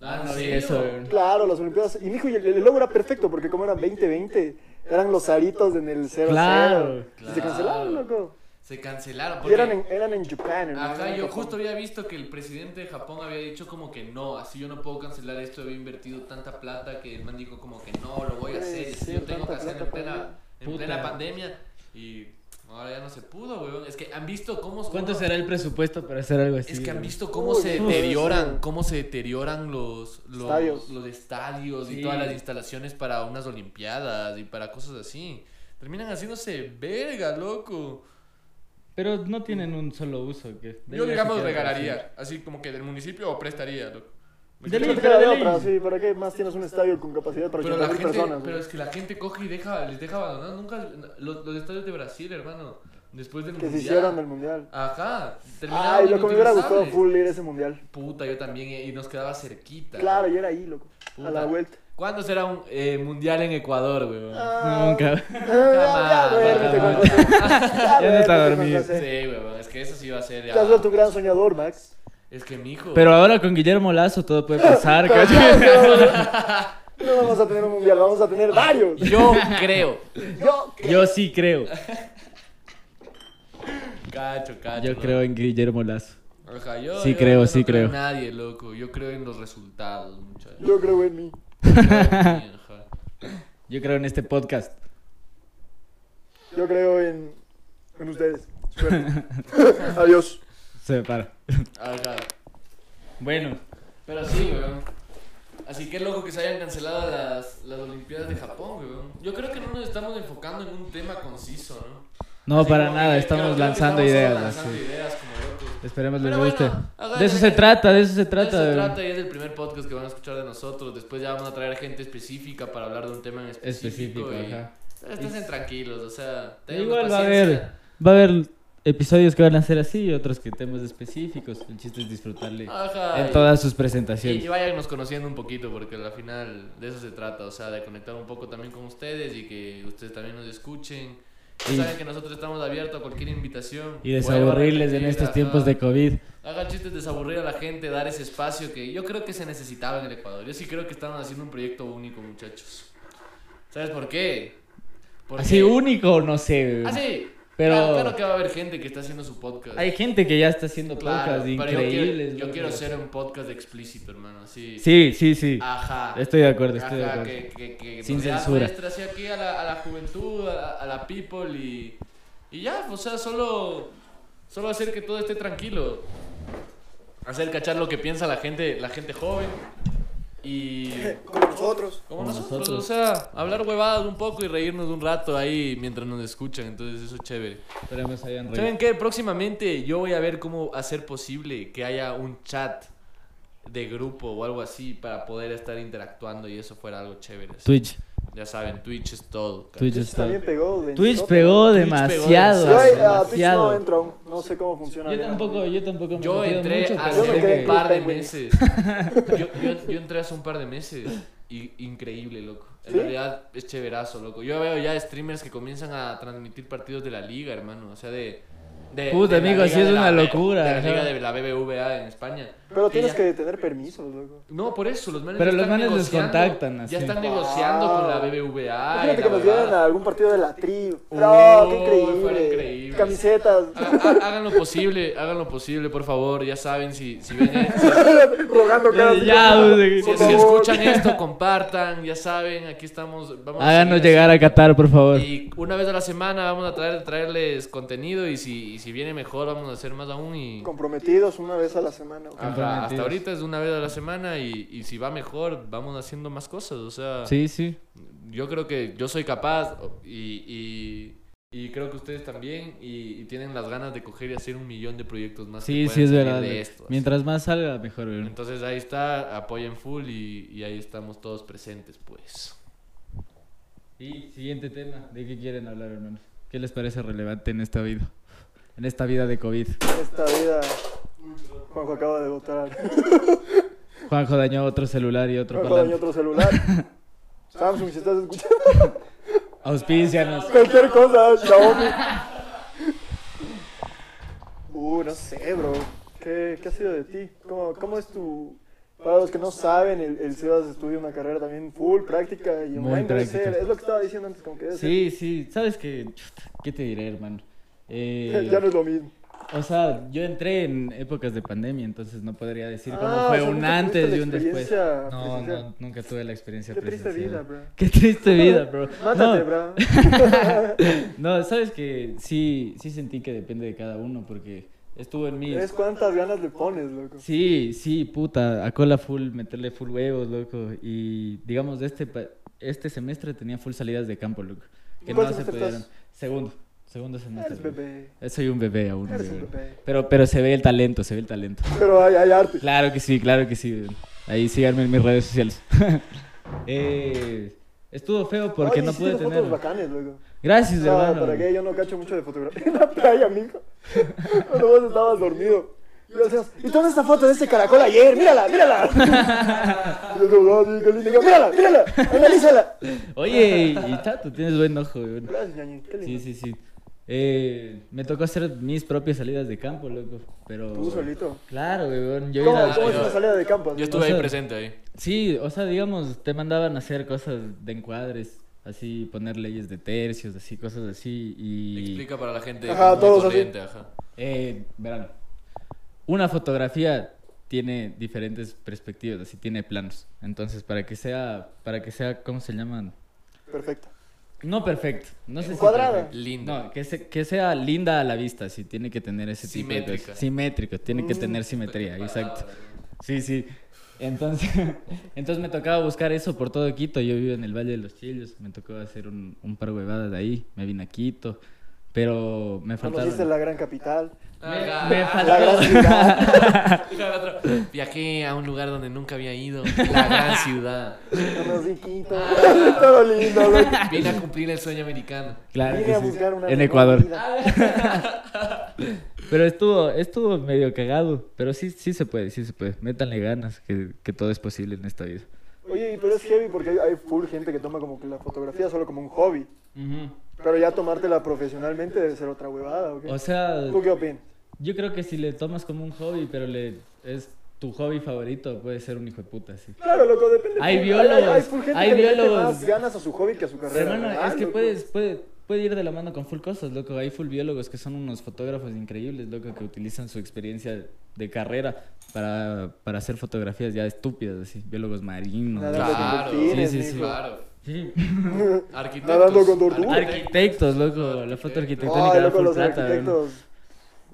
Ah, no, Sí, sí, eso, no. weón. Claro, las Olimpiadas. Y mijo, y el, el logo era perfecto, porque como eran 2020, eran los aritos en el 0 Claro, Se cancelaron, claro. loco. Se cancelaron. Y porque- eran en, eran en Japan, hermano, Ajá, en yo Japón. justo había visto que el presidente de Japón había dicho como que no, así yo no puedo cancelar esto, había invertido tanta plata que el man dijo como que no, lo voy Puede a hacer, y ser, yo tengo que tanta hacer en plata plena, para en Puta. plena pandemia y ahora ya no se pudo, weón. Es que han visto cómo... ¿Cuánto cómo- será el presupuesto para hacer algo así? Es que han weón? visto cómo Uy, se uy, deterioran, sí. cómo se deterioran los, los Estadios. los estadios Sí. y todas las instalaciones para unas olimpiadas y para cosas así. Terminan haciéndose verga, loco. Pero no tienen un solo uso. Que Yo, debería digamos, quedar regalaría, así como que del municipio o prestaría, loco. así. Sí, De no ley, te pero queda de de otra, ley. sí, ¿para qué más tienes un estadio con capacidad para Pero 80.000 la gente, personas? pero güey? es que la gente coge y deja, les deja abandonados. Nunca, los, los estadios de Brasil, hermano. Después del Que se mundial. hicieron el mundial. Ajá. terminaron Ay, loco, me hubiera gustado inutilizables. full ir a ese mundial. Puta, yo también, eh, y nos quedaba cerquita. Claro, yo era ahí, loco. A la Puta. vuelta. ¿Cuándo será un eh, mundial en Ecuador, weón? Ah, Nunca. ah, ya, Jamás, duérmete con jamás. José. Ya Ya no duérmete está con dormido. Sí, José. weón, es que eso sí va a ser. Te ah, has vuelto un gran soñador, Max. Es que mijo. Pero ahora con Guillermo Lazo todo puede pasar, No, cacho. No vamos a tener un mundial, vamos a tener varios. Yo creo. Yo Yo sí creo. Cacho, cacho. Yo ¿no? creo en Guillermo Lazo. Ajá, yo, Sí yo- creo, yo no sí en creo. nadie, loco. Yo creo en los resultados, muchachos. Yo creo en mí. Ajá. Yo creo en este podcast. Yo creo en, en ustedes. Suerte. Adiós. Se me para. Ajá. Bueno, Pero sí, weón. Así que loco que se hayan cancelado las, las Olimpiadas de Japón, weón. Yo creo que no nos estamos enfocando en un tema conciso, ¿no? no Así para como nada, que creo- estamos creo que estamos lanzando solo ideas. lanzando así. ideas como locos. Esperemos Pues, les Pero guste. bueno, hagan- de eso se trata, de eso se trata. De eso güey. trata y es el primer podcast que van a escuchar de nosotros. Después ya vamos a traer gente específica para hablar de un tema en específico. Específico, y- ajá. Pero esténse tranquilos, o sea, tengan Igual va a paciencia. haber, va a haber episodios que van a ser así y otros que temas específicos. El chiste es disfrutarle Ajá. en y- todas sus Y, presentaciones. y váyannos conociendo un poquito, porque al final de eso se trata, o sea, de conectar un poco también con ustedes y que ustedes también nos escuchen. Que Y- Saben que nosotros estamos abiertos a cualquier invitación. Y Vuelvo a desaburrirles en repetir, estos ajá. tiempos de COVID. Hagan chistes, desaburrir a la gente, dar ese espacio que yo creo que se necesitaba en el Ecuador. Yo sí creo que estaban haciendo un proyecto único, muchachos. ¿Sabes por qué? Porque- Así único, no sé. güey. Así. Pero- Claro, claro que va a haber gente que está haciendo su podcast. Hay gente que ya está haciendo Claro, podcasts pero increíbles. Yo quiero, yo loco. quiero hacer un podcast explícito, hermano. Así. Sí, sí, sí. Ajá. Estoy de acuerdo, estoy de Ajá, acuerdo. que, que, que Sin nos dé censura. muestra así aquí a la, a la juventud, a, a la people y, y ya, o sea, solo, solo hacer que todo esté tranquilo. Hacer cachar lo que piensa la gente, la gente joven y Como nosotros. como Como nosotros, nosotros. o sea, hablar huevadas un poco y reírnos un rato ahí mientras nos escuchan, entonces eso es chévere. Esperemos hayan reído. ¿Saben qué? Próximamente yo voy a ver cómo hacer posible que haya un chat de grupo o algo así para poder estar interactuando y eso fuera algo chévere. así. Twitch, Ya saben, Twitch es todo. cara. Twitch está. También pegó. de Twitch nosotros. pegó Twitch demasiado. pegó Yo eh, a Twitch no demasiado. entro aún. No sé cómo funciona. Yo bien. tampoco, yo tampoco me Yo he metido entré mucho, pero hace Yo me creo quedé un que- en par de Clubhouse. meses. Yo, yo- yo entré hace un par de meses. Y, increíble, loco. En ¿Sí? realidad es chéverazo, loco. Yo veo ya streamers que comienzan a transmitir partidos de la liga, hermano. O sea, de. de Puta, de la amigo, liga sí es de la una B- locura, De la ajá. liga de la BBVA en España. Pero tienes ya- que tener permisos, loco. No, por eso, los manes Pero ya los están manes les negociando- contactan, así. Ya están negociando Wow. con la BBVA. y Imagínate la que nos huevada. dieran a algún partido de la tri. Uh, Uy, No, qué fuera increíble. increíble. Camisetas. Ha- ha- Hagan lo posible, hagan lo posible, por favor. Ya saben, si, si ven esto, Rogando cada Ya, güey. Si, Por si favor. escuchan esto, compartan, ya saben, aquí estamos. Vamos a Háganos seguir llegar a Qatar, por favor. Y una vez a la semana vamos a traer, traerles contenido y si, y si viene mejor vamos a hacer más aún y... Comprometidos una vez a la semana. Ah. güey. Ajá, hasta comprometidos. ahorita es una vez a la semana y, y si va mejor vamos haciendo más cosas, o sea... Sí, sí. Yo creo que yo soy capaz o- y, y, y creo que ustedes también y, y tienen las ganas de coger y hacer un millón de proyectos más. que Sí, puedan sí, es salir verdad. de esto, así. Mientras más salga, mejor. güey. Entonces ahí está, apoyen full y, y ahí estamos todos presentes, pues. Y siguiente tema. ¿De qué quieren hablar, hermanos? ¿Qué les parece relevante en esta vida? En esta vida de COVID. Esta vida. Juanjo acaba de votar. Juanjo dañó otro celular y otro Juanjo dañó parlante. otro celular. Samsung, si estás escuchando Auspícianos. cualquier cosa, Xiaomi. Uh, no sé, bro. ¿Qué, qué ha sido de ti? ¿Cómo, cómo es tu...? Para los que no saben, el, el Sebas estudia una carrera también full, práctica y Muy online debe práctica. ser. Es lo que estaba diciendo antes, como que debe Sí, sí. ¿Sabes qué? Chuta, ¿Qué te diré, hermano? ser- Eh, Ya no es lo mismo. O sea, yo entré en épocas de pandemia, entonces no podría decir cómo Ah, fue o sea, un nunca tuviste antes la y un después. experiencia No, presencial. no, nunca tuve la experiencia Qué triste vida, presencial. bro. Qué triste vida, bro. Mátate, No, bro. No, sabes que sí, sí sentí que depende de cada uno, porque estuvo en mí. ¿Ves cuántas ganas le pones, loco? Sí, sí, puta, a cola full, meterle full huevos, loco. Y digamos, este, pa- este semestre tenía full salidas de campo, loco. Que ¿Cuál no se semestre pudieron. estás? Segundo, segundo semestre. Eres loco. bebé. Eh, Soy un bebé aún. Eres un weón. bebé. Pero, pero se ve el talento, se ve el talento. Pero hay, hay arte. Claro que sí, claro que sí. weón. Ahí síganme en mis redes sociales. Eh, Estuvo feo porque Oye, no hiciste pude fotos tenerlo. bacanes, loco. Gracias, No, hermano. ¿para qué? Yo no cacho mucho de fotografía. En la playa, mijo. Cuando vos estabas dormido. Y yo decías, ¿y toma esta foto de ese caracol ayer? ¡Mírala, mírala! Y yo como, "Ah, sí, qué lindo". Y yo, ¡Mírala, mírala! ¡Analízala! Oye, y chato, tienes buen ojo. güey. Gracias, ñañi. Qué Sí, lindo. sí, sí. Eh, me tocó hacer mis propias salidas de campo, loco. Pero. Tú solito. Claro, güey. bueno, Yo ¿Cómo, era- cómo es yo- una salida de campo? Yo O estuve sea- ahí presente ahí. Sí, o sea, digamos, te mandaban a hacer cosas de encuadres, así, poner leyes de tercios, así, cosas así. Y. Explica para la gente. Ajá, común y todos así. corriente, ajá. Eh, verán. Una fotografía tiene diferentes perspectivas, así tiene planos. Entonces, para que sea, para que sea, ¿cómo se llaman? Perfecto. No perfecto, no sé si Cuadrada. perfecto. Linda. No, que, se- que sea linda a la vista, sí, tiene que tener ese tipo de cosas. Simétrica. Mm, Simétrico, tiene que tener simetría, exacto. Sí, sí. Entonces, entonces me tocaba buscar eso por todo Quito. Yo vivo en el Valle de los Chillos. Me tocó hacer un, un par de huevadas de ahí. Me vine a Quito. Pero me faltaron. Conociste la gran capital. Ajá. me faltó- La gran ciudad. Dijo el otro, Viajé a un lugar donde nunca había ido, la gran ciudad. Conocí Quito. Todo lindo, güey. Vine a cumplir el sueño americano. Claro Vine que a sí. buscar una en mejor Ecuador. vida. Pero estuvo, estuvo medio cagado. Pero sí, sí se puede, sí se puede. Métanle ganas, que, que todo es posible en esta vida. Oye, y pero es heavy porque hay- hay full gente que toma como que la fotografía solo como un hobby. Pero ya tomártela profesionalmente debe ser otra huevada, ¿o qué? O sea, ¿Tú qué opinas? yo creo que si le tomas como un hobby, pero le es tu hobby favorito, puede ser un hijo de puta, sí. Claro, loco, depende. Hay full- biólogos, full gente hay que le mete biólogos. más ganas a su hobby que a su carrera. Hermano, ¿verdad, es que loco? puedes, puede, puede ir de la mano con full cosas, loco. Hay full biólogos que son unos fotógrafos increíbles, loco, que utilizan su experiencia de carrera para, para hacer fotografías ya estúpidas, así. Biólogos marinos. Nadando así. Claro. con delfines, Sí, sí, sí. mijo. Claro. Sí. Arquitectos. Nadando con tortugas. Arquitectos, loco. La foto arquitectónica Ay, da loco, full los plata, hermano. arquitectos.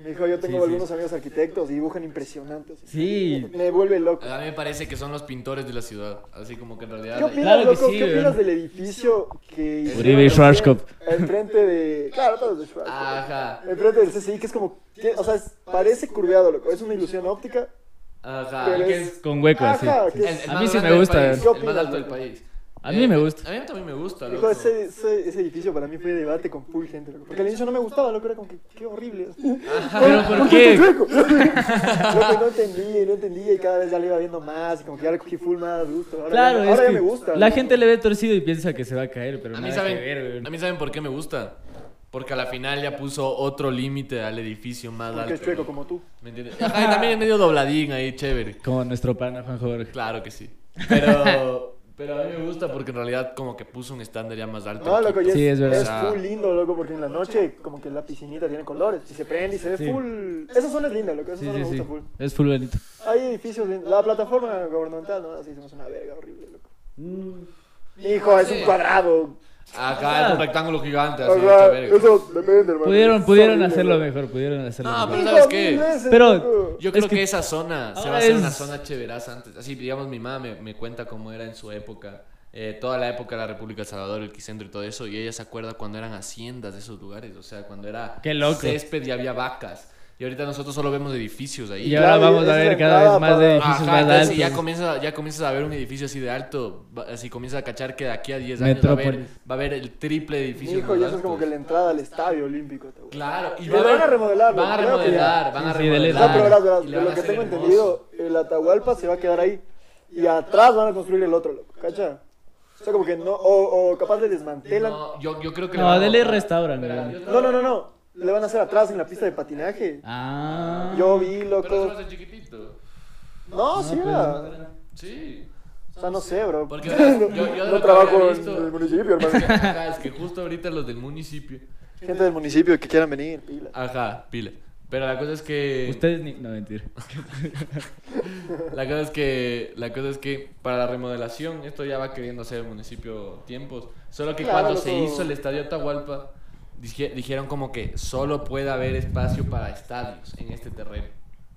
Mijo, yo tengo Sí, sí. algunos amigos arquitectos y dibujan impresionantes. Sí. Me vuelve loco. A mí me parece que son los pintores de la ciudad. Así como que en realidad. ¿Qué opinas, Claro que loco? sí, ¿Qué opinas weón. del edificio que hicieron Uribe y Schwarzkopf. Enfrente de... Claro, todos de Schwarzkopf. Ajá. Enfrente del CCI, que es como... que- o sea, es- parece curveado, loco. Es una ilusión óptica. Ajá. Pero Que es- es Ah, Con hueco, así. Ajá, que el- es- el A más mí sí grande me del gusta, país, ¿Qué ¿eh? El más opinas, alto del loco? país. A mí Eh, me gusta. A mí también me gusta. Loco, loco. ese, ese, ese edificio para mí fue debate con full gente, loco. Porque al inicio no me gustaba, loco, era como que, qué horrible. Ah, ¿Pero por qué? Loco, no entendía, y no entendía, y cada vez ya le iba viendo más, y como que ya le cogí full más gusto. Ahora, Claro, ya, es ahora ya que me gusta. la loco. gente le ve torcido y piensa que se va a caer, pero A nada mí, que saben, ver, weón. a mí saben por qué me gusta. Porque a la final ya puso otro límite al edificio más Porque alto. es chueco ¿no? como tú. ¿Me entiendes? Ajá, y también es medio dobladín ahí, chévere. Como nuestro pana Juan Jorge. Claro que sí. Pero, pero a mí me gusta porque en realidad como que puso un estándar ya más alto. No, loco, y es, Sí, es verdad. es full lindo, loco, porque en la noche como que la piscinita tiene colores, y se prende y se ve Sí. full... Esa zona es linda, loco, esa Sí, zona sí, me sí. gusta full. Es full bonito. Hay edificios, lin- la plataforma gubernamental, no, así somos una verga horrible, loco. Hijo, es un cuadrado. Acá es un rectángulo gigante, así, O hecho sea, verga. eso depende, hermano. Pudieron, Es pudieron horrible, hacerlo loco. mejor, pudieron hacerlo No, mejor. pero ¿sabes Hijo, qué? mil veces, Pero- loco. Yo creo Es que, que- esa zona se Ahora va a hacer es- una zona chéveraza antes. Así, digamos, mi mamá me, me cuenta cómo era en su época, eh, toda la época de la República del Salvador, el Quicentro y todo eso, y ella se acuerda cuando eran haciendas de esos lugares, o sea, cuando era Qué loco. césped y había vacas. Y ahorita nosotros solo vemos edificios ahí. Y ahora Claro, vamos esa a es ver la cada entrada vez más de para- edificios pues. Ajá, más entonces si ya altos. comienza, ya comienzas a ver un edificio así de alto, va- así comienzas a cachar que de aquí a 10 años va a, Metrópolis. haber, va a haber el triple de edificios. Hijo, y más eso es como que altos. la entrada al estadio olímpico. te- Claro, y Lo va van a haber- remodelar, Van a creo que ya. remodelar, van a Sí, sí, de remodelar. lejos. No, pero verás, verás, y le de van lo a que hacer tengo hermoso. entendido, el Atahualpa se va a quedar ahí. Y atrás van a construir el otro, loco, ¿cacha? O sea, como que no, o, o capaz le desmantelan. No, yo, yo creo que le No, van a dele botar. restauran, Pero weón. yo- No, no, no, no. Le van a hacer atrás en la pista de patinaje. Ah. Yo vi, Pero eso loco. va a ser chiquitito. No, sí, pues, era. Sí. O sea, no sé, bro. Porque verás, yo- yo de lo No que trabajo había en visto- el municipio, hermano. Ajá, es que justo ahorita los del municipio. Gente del municipio que quieran venir, pila. Ajá, pila. Pero la cosa es que. Ustedes ni. No, mentira. La cosa es que. La cosa es que para la remodelación, esto ya va queriendo hacer el municipio tiempos. Solo que Claro, cuando loco. se hizo el estadio Atahualpa, dije- dijeron como que solo puede haber espacio para estadios en este terreno.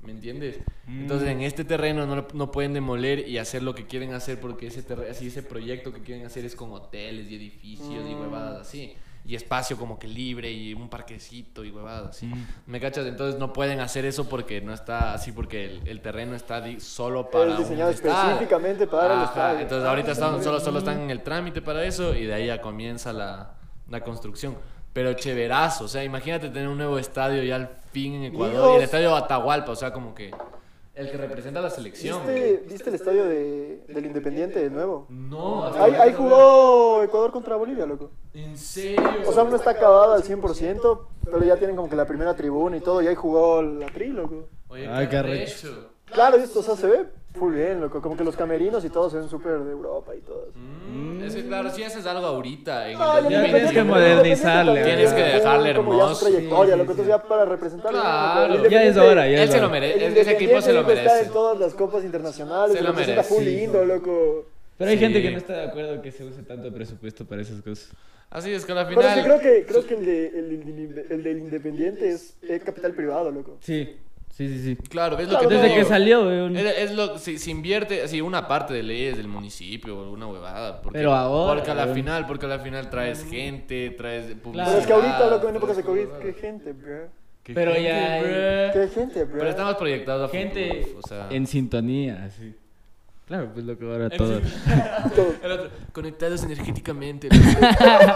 ¿Me entiendes? Entonces en este terreno no, lo- no pueden demoler y hacer lo que quieren hacer porque ese terre- así ese proyecto que quieren hacer es con hoteles y edificios y huevadas así. y espacio como que libre y un parquecito y huevadas así. ¿Me cachas? Entonces no pueden hacer eso porque no está así, porque el, el terreno está di- solo para. Es diseñado un estadio. específicamente para el Ajá, estadio. Entonces ahorita están, solo, solo están en el trámite para eso y de ahí ya comienza la, la construcción. Pero chéverazo, o sea, imagínate tener un nuevo estadio ya al fin en Ecuador y el Dios. estadio Atahualpa, o sea, como que el que representa la selección. ¿Viste, viste el estadio de, del Independiente de nuevo? No, Ahí, ahí jugó Ecuador contra Bolivia, loco. ¿En serio? O sea, no está acabado al 100%, pero ya tienen como que la primera tribuna y todo, y ahí jugó la tri, loco. Oye, Ay, qué arrecho. Claro, y esto, o sea, se ve full bien, loco. Como que los camerinos y todo se ven súper de Europa y todo. eso. Mm, es que claro, si haces algo ahorita en Ah, el y el 2020, tienes que Independiente- modernizarle, el Independiente Tienes que también dejarle tiene como ya hermoso. su trayectoria, Sí, loco. sí, Entonces ya para representarlo. Claro. loco, el Ya es Independiente- hora, ya Él es se lo hora. el merece, ese equipo se lo Independiente Está merece. en todas las copas internacionales. Se lo representa merece. full lindo, loco. Pero hay Sí. gente que no está de acuerdo que se use tanto presupuesto para esas cosas. Así es que a la Pero sí final creo que, creo que el, de, el, del- el del Independiente es, es capital privado, loco. Sí, sí, sí, sí. Claro, es lo que te Desde que digo. salió, weón. Es, es lo si, si invierte así una parte de leyes del municipio o alguna huevada. Porque, Pero ahora, Porque a la weón. final, porque a la final traes gente, traes publicidad. Pero es que ahorita, loco, en traes épocas de COVID, huevadas. qué gente, bro. Qué Pero gente, ya hay- bruh. Qué gente, bro. Pero estamos proyectados a Gente futuro, o sea. en sintonía, sí. Claro, pues lo que ahora En todo. El otro, conectados energéticamente.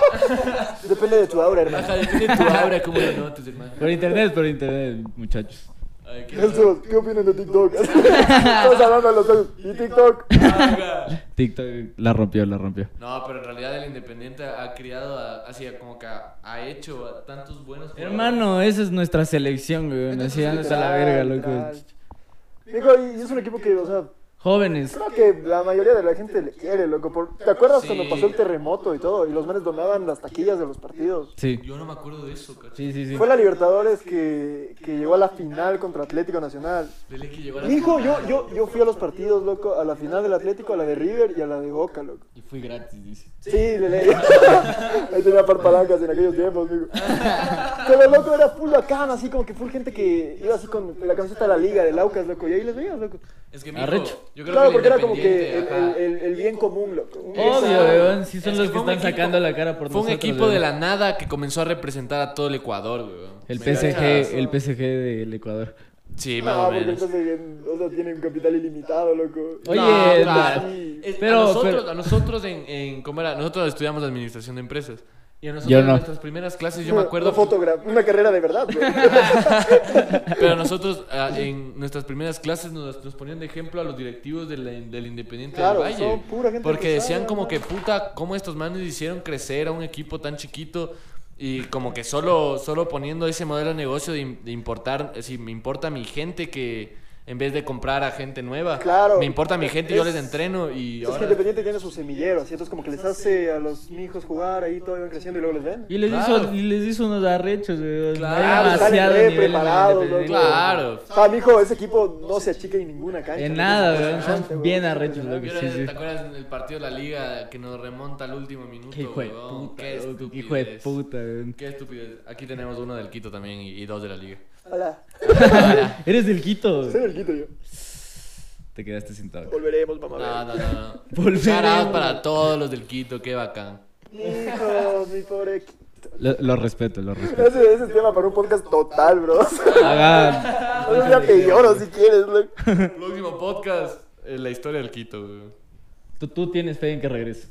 Depende de tu aura, hermano. Baja, depende de tu aura, cómo lo notas, hermano. Por internet, por internet, muchachos. Ay, qué Eso, ¿Qué opinan de TikTok? Estamos hablando de los dos. ¿Y TikTok? verga. TikTok la rompió, la rompió. No, pero en realidad el Independiente ha ha criado, a- así como que ha, ha hecho a tantos buenos jugadores. Hermano, esa es nuestra selección, güey. Entonces, Así andas a la literal, verga, loco. literal. Digo, y y es un equipo que, o sea, Jóvenes. creo que la mayoría de la gente le quiere, loco. por- ¿Te acuerdas Sí. cuando pasó el terremoto y todo? Y los manes donaban las taquillas de los partidos. Sí, Yo no me acuerdo de eso, cacho. sí, sí. sí. Fue la Libertadores que, que llegó a la final contra Atlético Nacional. Lele que llegó a la Hijo, yo, final yo, yo fui a los partidos, loco, a la final del Atlético, a la de River y a la de Boca, loco. Y fue gratis, dice. Sí, le leí. Ahí tenía par palancas en aquellos tiempos, amigo. Pero loco, era full bacán, así como que full gente que iba así con la camiseta de la liga, del Aucas, loco, y ahí les veías, loco. Es que, mijo, Arrecho. yo creo Claro, que el porque era como que Independiente, el, ajá, el, el- el bien común, loco. Un- Obvio, weón. Sí son Es que los que fue un están equipo- sacando la cara por fue nosotros. un equipo weón. de la nada que comenzó a representar a todo el Ecuador, weón. El ¿Me PSG, cachas? el PSG del Ecuador. Sí, más No, o Ah, porque menos. entonces, bien, o sea, tienen capital ilimitado, loco. Oye, No, el- claro. sí. Es- Pero- a nosotros, pero- a nosotros en, en ¿cómo era? Nosotros estudiamos administración de empresas. Y a nosotros Yo en no. nuestras primeras clases, yo me acuerdo, Un fotógrafo, una carrera de verdad, güey. pero nosotros ah, en nuestras primeras clases nos, nos ponían de ejemplo a los directivos de la- del Independiente Claro, del Valle. son pura gente porque que decían sabe, como ¿no? que puta, cómo estos manes hicieron crecer a un equipo tan chiquito y como que solo, solo poniendo ese modelo de negocio de, im- de importar, si me importa mi gente que en vez de comprar a gente nueva, Claro. me importa mi gente, yo Es- les entreno y Es que ahora... Independiente tiene su semillero, así entonces como que les hace a los hijos jugar ahí, todo van creciendo y luego les ven. Y les, Claro. hizo, y les hizo unos arrechos, weón. Claro, Hay demasiado salen re nivel en el preparados, weón. Independiente. Claro. Ah, mijo, ese equipo no se achica en ninguna cancha. En nada, Es weón. impresionante, Son bien weón. arrechos, loco. Yo no Sí, sé si sí. ¿Te acuerdas del partido de la liga que nos remonta al último minuto? Qué hijo de huevón? puta, Qué loco, qué estupidez. hijo de puta, weón. Qué estupidez. Aquí tenemos uno del Quito también y, y dos de la liga. Hola, Eres del Quito. soy el quito yo. Te quedaste sin tabaco. Volveremos, mamá. Ah. No, no, no. no. Volveremos. Shout out para todos los del Quito, qué bacán. Hijo, mi pobre. qui- Lo, lo respeto, lo respeto. Ese, ese es tema para un podcast total, bro. Hagan. No ya te lloro si quieres, loco. Próximo podcast, eh, la historia del Quito. güey. Tú, tú tienes fe en que regrese.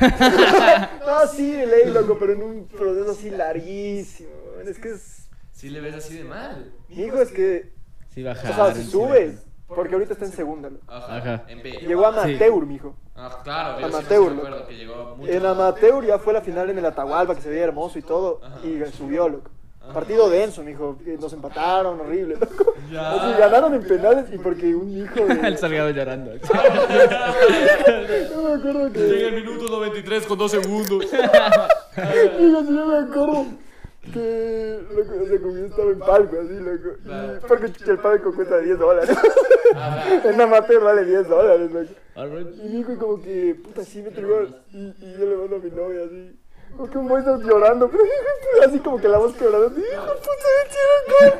No, sí, de ley, loco, pero en un proceso así larguísimo. weón. Es que es. Sí le ves así de mal. Hijo, es que. Sí, O bajar. sea, si sí, subes. Porque ahorita está en segunda, loco. Ajá. Ajá. En B. Llegó amateur, mijo. Ah, claro. yo sí Amateur, me ¿no? Eh, acuerdo que llegó mucho. En amateur ya fue la final en el Atahualpa, que se veía hermoso y todo, y subió, loco. Partido denso, mijo. que Nos empataron, horrible, loco. Así, ganaron en penales y porque un hijo de... El salgado llorando. Yo me acuerdo Llega el que... minuto 93 con 2 segundos. Digo, sí, yo me acuerdo que... Loco, o sea, como yo estaba en palco, así, loco. y- Porque chucha, el palco cuesta 10 dólares. en amateur vale 10 dólares, loco. Y dijo como que, puta, sí, mete el gol. Y, y yo le mando a mi novia así. Como que un voice llorando, pero así como que la voz quebrada. así, Hijo, de puta, metió el gol.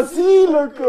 Vamos a volver. Así, loco.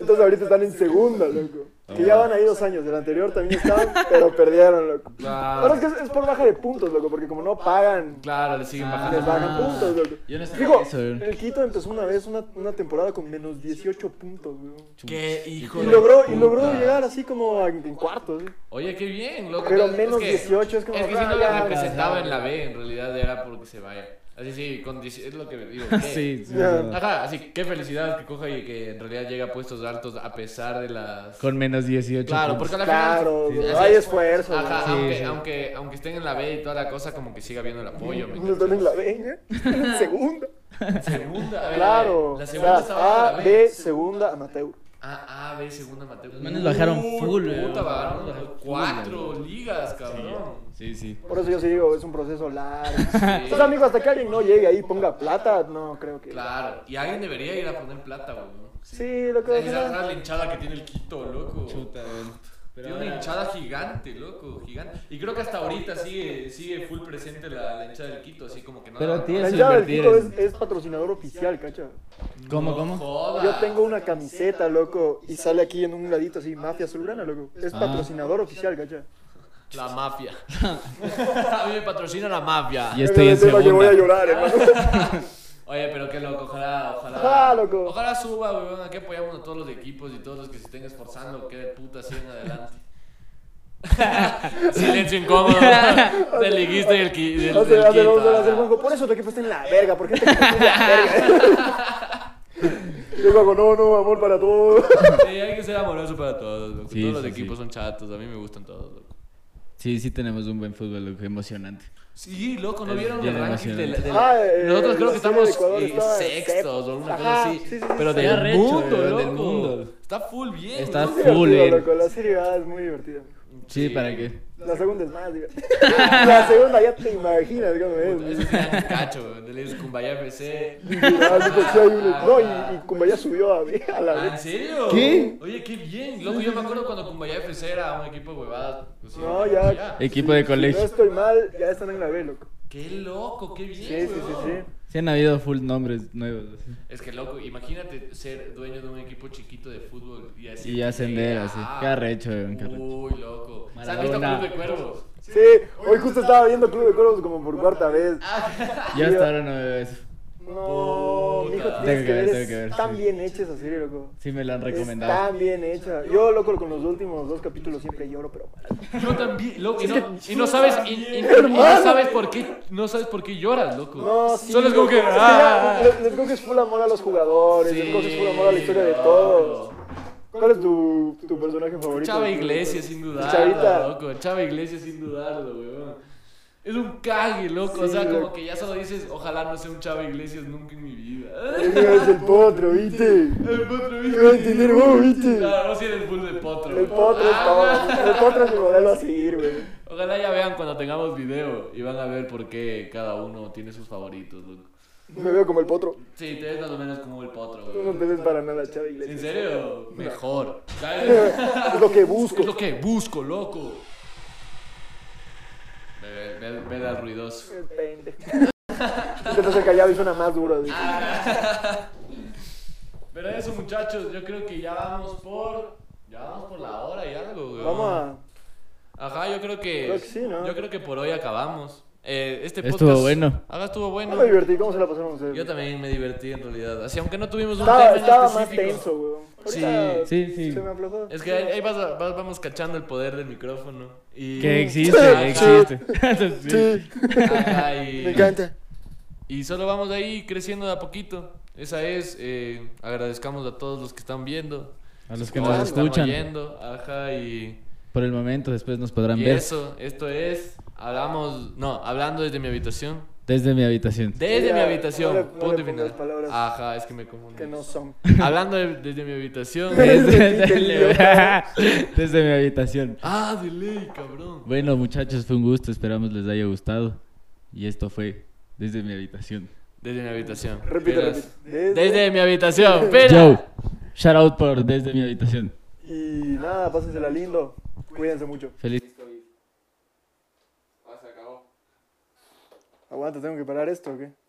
Entonces ahorita están en segunda, loco. Que ya van ahí dos años, del anterior también estaban, pero perdieron, loco. Pero Claro, es que es, es por baja de puntos, loco, porque como no pagan, claro, le siguen Ah. bajando. les bajan puntos, loco. Yo no sabía Digo, eso. el Quito empezó una vez una, una temporada con menos 18 puntos, weón. Qué hijo Y de logró, y logró puta. llegar así como en, en cuartos. ¿eh? Oye, qué bien, loco. Pero Es menos que- 18 es como, Es que si ah, no ya, lo ya, representaba en la B, en realidad era porque se vaya. Así sí, con 18 es lo que digo. ¿qué? Sí, sí, Ya. es verdad. Ajá, así qué felicidad que coja y que en realidad llega a puestos altos a pesar de las. Con menos 18. Claro, porque a la Claro, final. güey, así- hay esfuerzo. güey. Ajá, Sí, aunque, sí. Aunque, aunque estén en la B y toda la cosa, como que siga habiendo el apoyo. ¿me No están en entiendes? la veña, están en segunda. Segunda, a ver, Claro, La o segunda sea, está abajo de A, la B. B, segunda, amateur. Ah, A, B, segunda, Mateo. Los manes bajaron Uy, full, güey. Puta, bajaron Bajaron full, cuatro güey. ligas, cabrón. Sí, sí. Por eso yo sí digo, es un proceso largo. Sí. Entonces, amigo, hasta que alguien no llegue ahí y ponga plata, no creo que. Claro, y alguien debería ir a poner plata, güey. ¿no? Sí, lo que Esa esa es la hinchada que tiene el Quito, loco. Chuta, güey. Pero Tiene una ahora- hinchada gigante, loco, gigante. Y creo que hasta ahorita sigue, sigue full presente la, la hinchada del Quito, así como que no. Pero tienes- La Eso hinchada del invertir Quito es, en- es patrocinador oficial, cacha. ¿Cómo, No cómo? jodas. Yo tengo una camiseta, loco, y sale aquí en un ladito así, Mafia Azulgrana, loco. Es Ah. patrocinador oficial, cacha. La mafia. a mí me patrocina la mafia. Y estoy en Es el tema que voy a segunda. llorar, hermano. Oye, pero qué loco, ojalá, ojalá. Ojalá, Ah, loco. Ojalá suba, weón. Aquí apoyamos a todos los equipos y todos los que se estén esforzando, que de puta siguen adelante. Silencio incómodo del liguista y el qui- del, Hace, del hace, Quito. vamos a hacer Juanjo, por eso tu equipo está en la verga, porque este equipo está en la verga. Yo hago, no, no, amor para todos. Sí, hay que ser amoroso para todos, loco. Sí, todos los sí, equipos sí. son chatos, a mí me gustan todos, loco. Sí, sí tenemos un buen fútbol, loco, emocionante. Sí, loco, ¿no Es vieron el bien ranking de la- de la- Ah, eh, Nosotros creo la que serie de estamos Ecuador eh, estaba en sextos o una cosa Ajá, así. sí, sí, sí. Pero Está del recho, mundo, weón, del loco. mundo. Está full bien. Está ¿no? Es divertido, Full, eh. loco, la serie A es muy divertida. Sí, ¿para qué? La segunda es más divertida. La segunda ya te imaginas cómo Eso es. sí ya te cacho, weón. Le dices Kumbaya FC. Ah, pues sí hay uno- No, y, y Cumbaya subió a, a la Ah, ¿En vez. serio? ¿Qué? Oye, qué bien. Loco, yo me acuerdo cuando Kumbaya FC era un equipo de huevadas. pues, sí, No, ya. Equipo de Si colegio. no estoy mal, ya están en la B, loco. Qué loco, qué bien. Sí, sí, sí, sí. weón. Sí han habido full nombres nuevos. así. Es que loco, imagínate ser dueño de un equipo chiquito de fútbol y así. Y ascender así. Ah. Qué arrecho, weón, qué arrecho. Uy, loco. ¿Se han visto Maradona. Club de Cuervos? Sí, hoy justo estaba viendo Club de Cuervos como por cuarta vez. Yo hasta ahora no veo eso. No, Puta. mijo, tienes Tengo que que ver, ver, tengo es que ver, tan sí. bien hecha esa serie, loco. Sí me lo han Es recomendado. tan bien hecha. Yo, loco, con los últimos dos capítulos siempre lloro, pero mal. Yo también, loco. Y no, y no sabes, y, y- y no sabes por qué, no sabes por qué lloras, loco. No, sí. Solo es como loco, que. ya ah. les- les coges full amor a los jugadores, les coges full amor a la historia de todos. ¿Cuál es tu, tu personaje favorito? Chava Iglesias, sin dudarlo, Chavita. loco. Chava Iglesias, sin dudarlo, weón. Es un cague, loco. o Sí, sea, como loco. que ya solo dices, ojalá no sea un Chava Iglesias nunca en mi vida. Es el potro, ¿viste? El potro, ¿Qué va a entender vos, viste? Claro, no si eres bull de potro. El potro es Ah, todo. El potro es mi modelo a seguir, güey. Ojalá ya vean cuando tengamos video y van a ver por qué cada uno tiene sus favoritos, loco. Me veo como el potro. Sí, te ves más o menos como el potro, Tú no weón. te ves para nada, Chava ¿En Iglesias. serio? Mejor. ¿Sabes? Es lo que busco. Es lo que busco, loco. Ve, ve, ve al ruidoso. El pendejo. Intenta ser callado y suena más duro. güey. Ah, Pero eso, muchachos, yo creo que ya vamos por. Ya vamos por la hora y algo, güey. Vamos a. Ajá, yo creo que. Creo que sí, ¿no? Yo creo que por hoy acabamos. Eh, este podcast. Estuvo bueno. Ajá, estuvo bueno. ¿Cómo me divertí? ¿Cómo se la pasaron ustedes? Yo también me divertí en realidad. Así, aunque no tuvimos un Estaba, tema en estaba más específico. tenso, güey. Sí, Ahorita Sí, sí. Se me aflojó. Es que ahí, ahí vas a- vas- vamos cachando el poder del micrófono. Y... Que Ajá, existe, existe. Sí. ajá, y- Me encanta. Y solo vamos de ahí creciendo de a poquito. Esa es. eh, agradezcamos a todos los que están viendo. A los que a los nos que están escuchan. oyendo. Ajá, y, Por el momento, después nos podrán y ver eso. Esto es. Hablamos. No, hablando desde mi habitación. desde mi habitación. Desde Ya, mi no habitación. le- no punto le y pongas final. palabras Ajá, es que me confundí. Que no son. Hablando de- desde mi habitación. Desde, idiota. desde- desde mi habitación. ah, de ley, cabrón. Bueno, muchachos, fue un gusto. Esperamos les haya gustado. Y esto fue desde mi habitación. Desde mi habitación. Repite, Pelas. repite. Desde- Desde mi habitación. Pelas. Joe, shout out por desde mi habitación. Y nada, pásensela lindo. Cuídense mucho. Feliz. Ah, se acabó. Aguanta, tengo que parar esto, ¿o qué?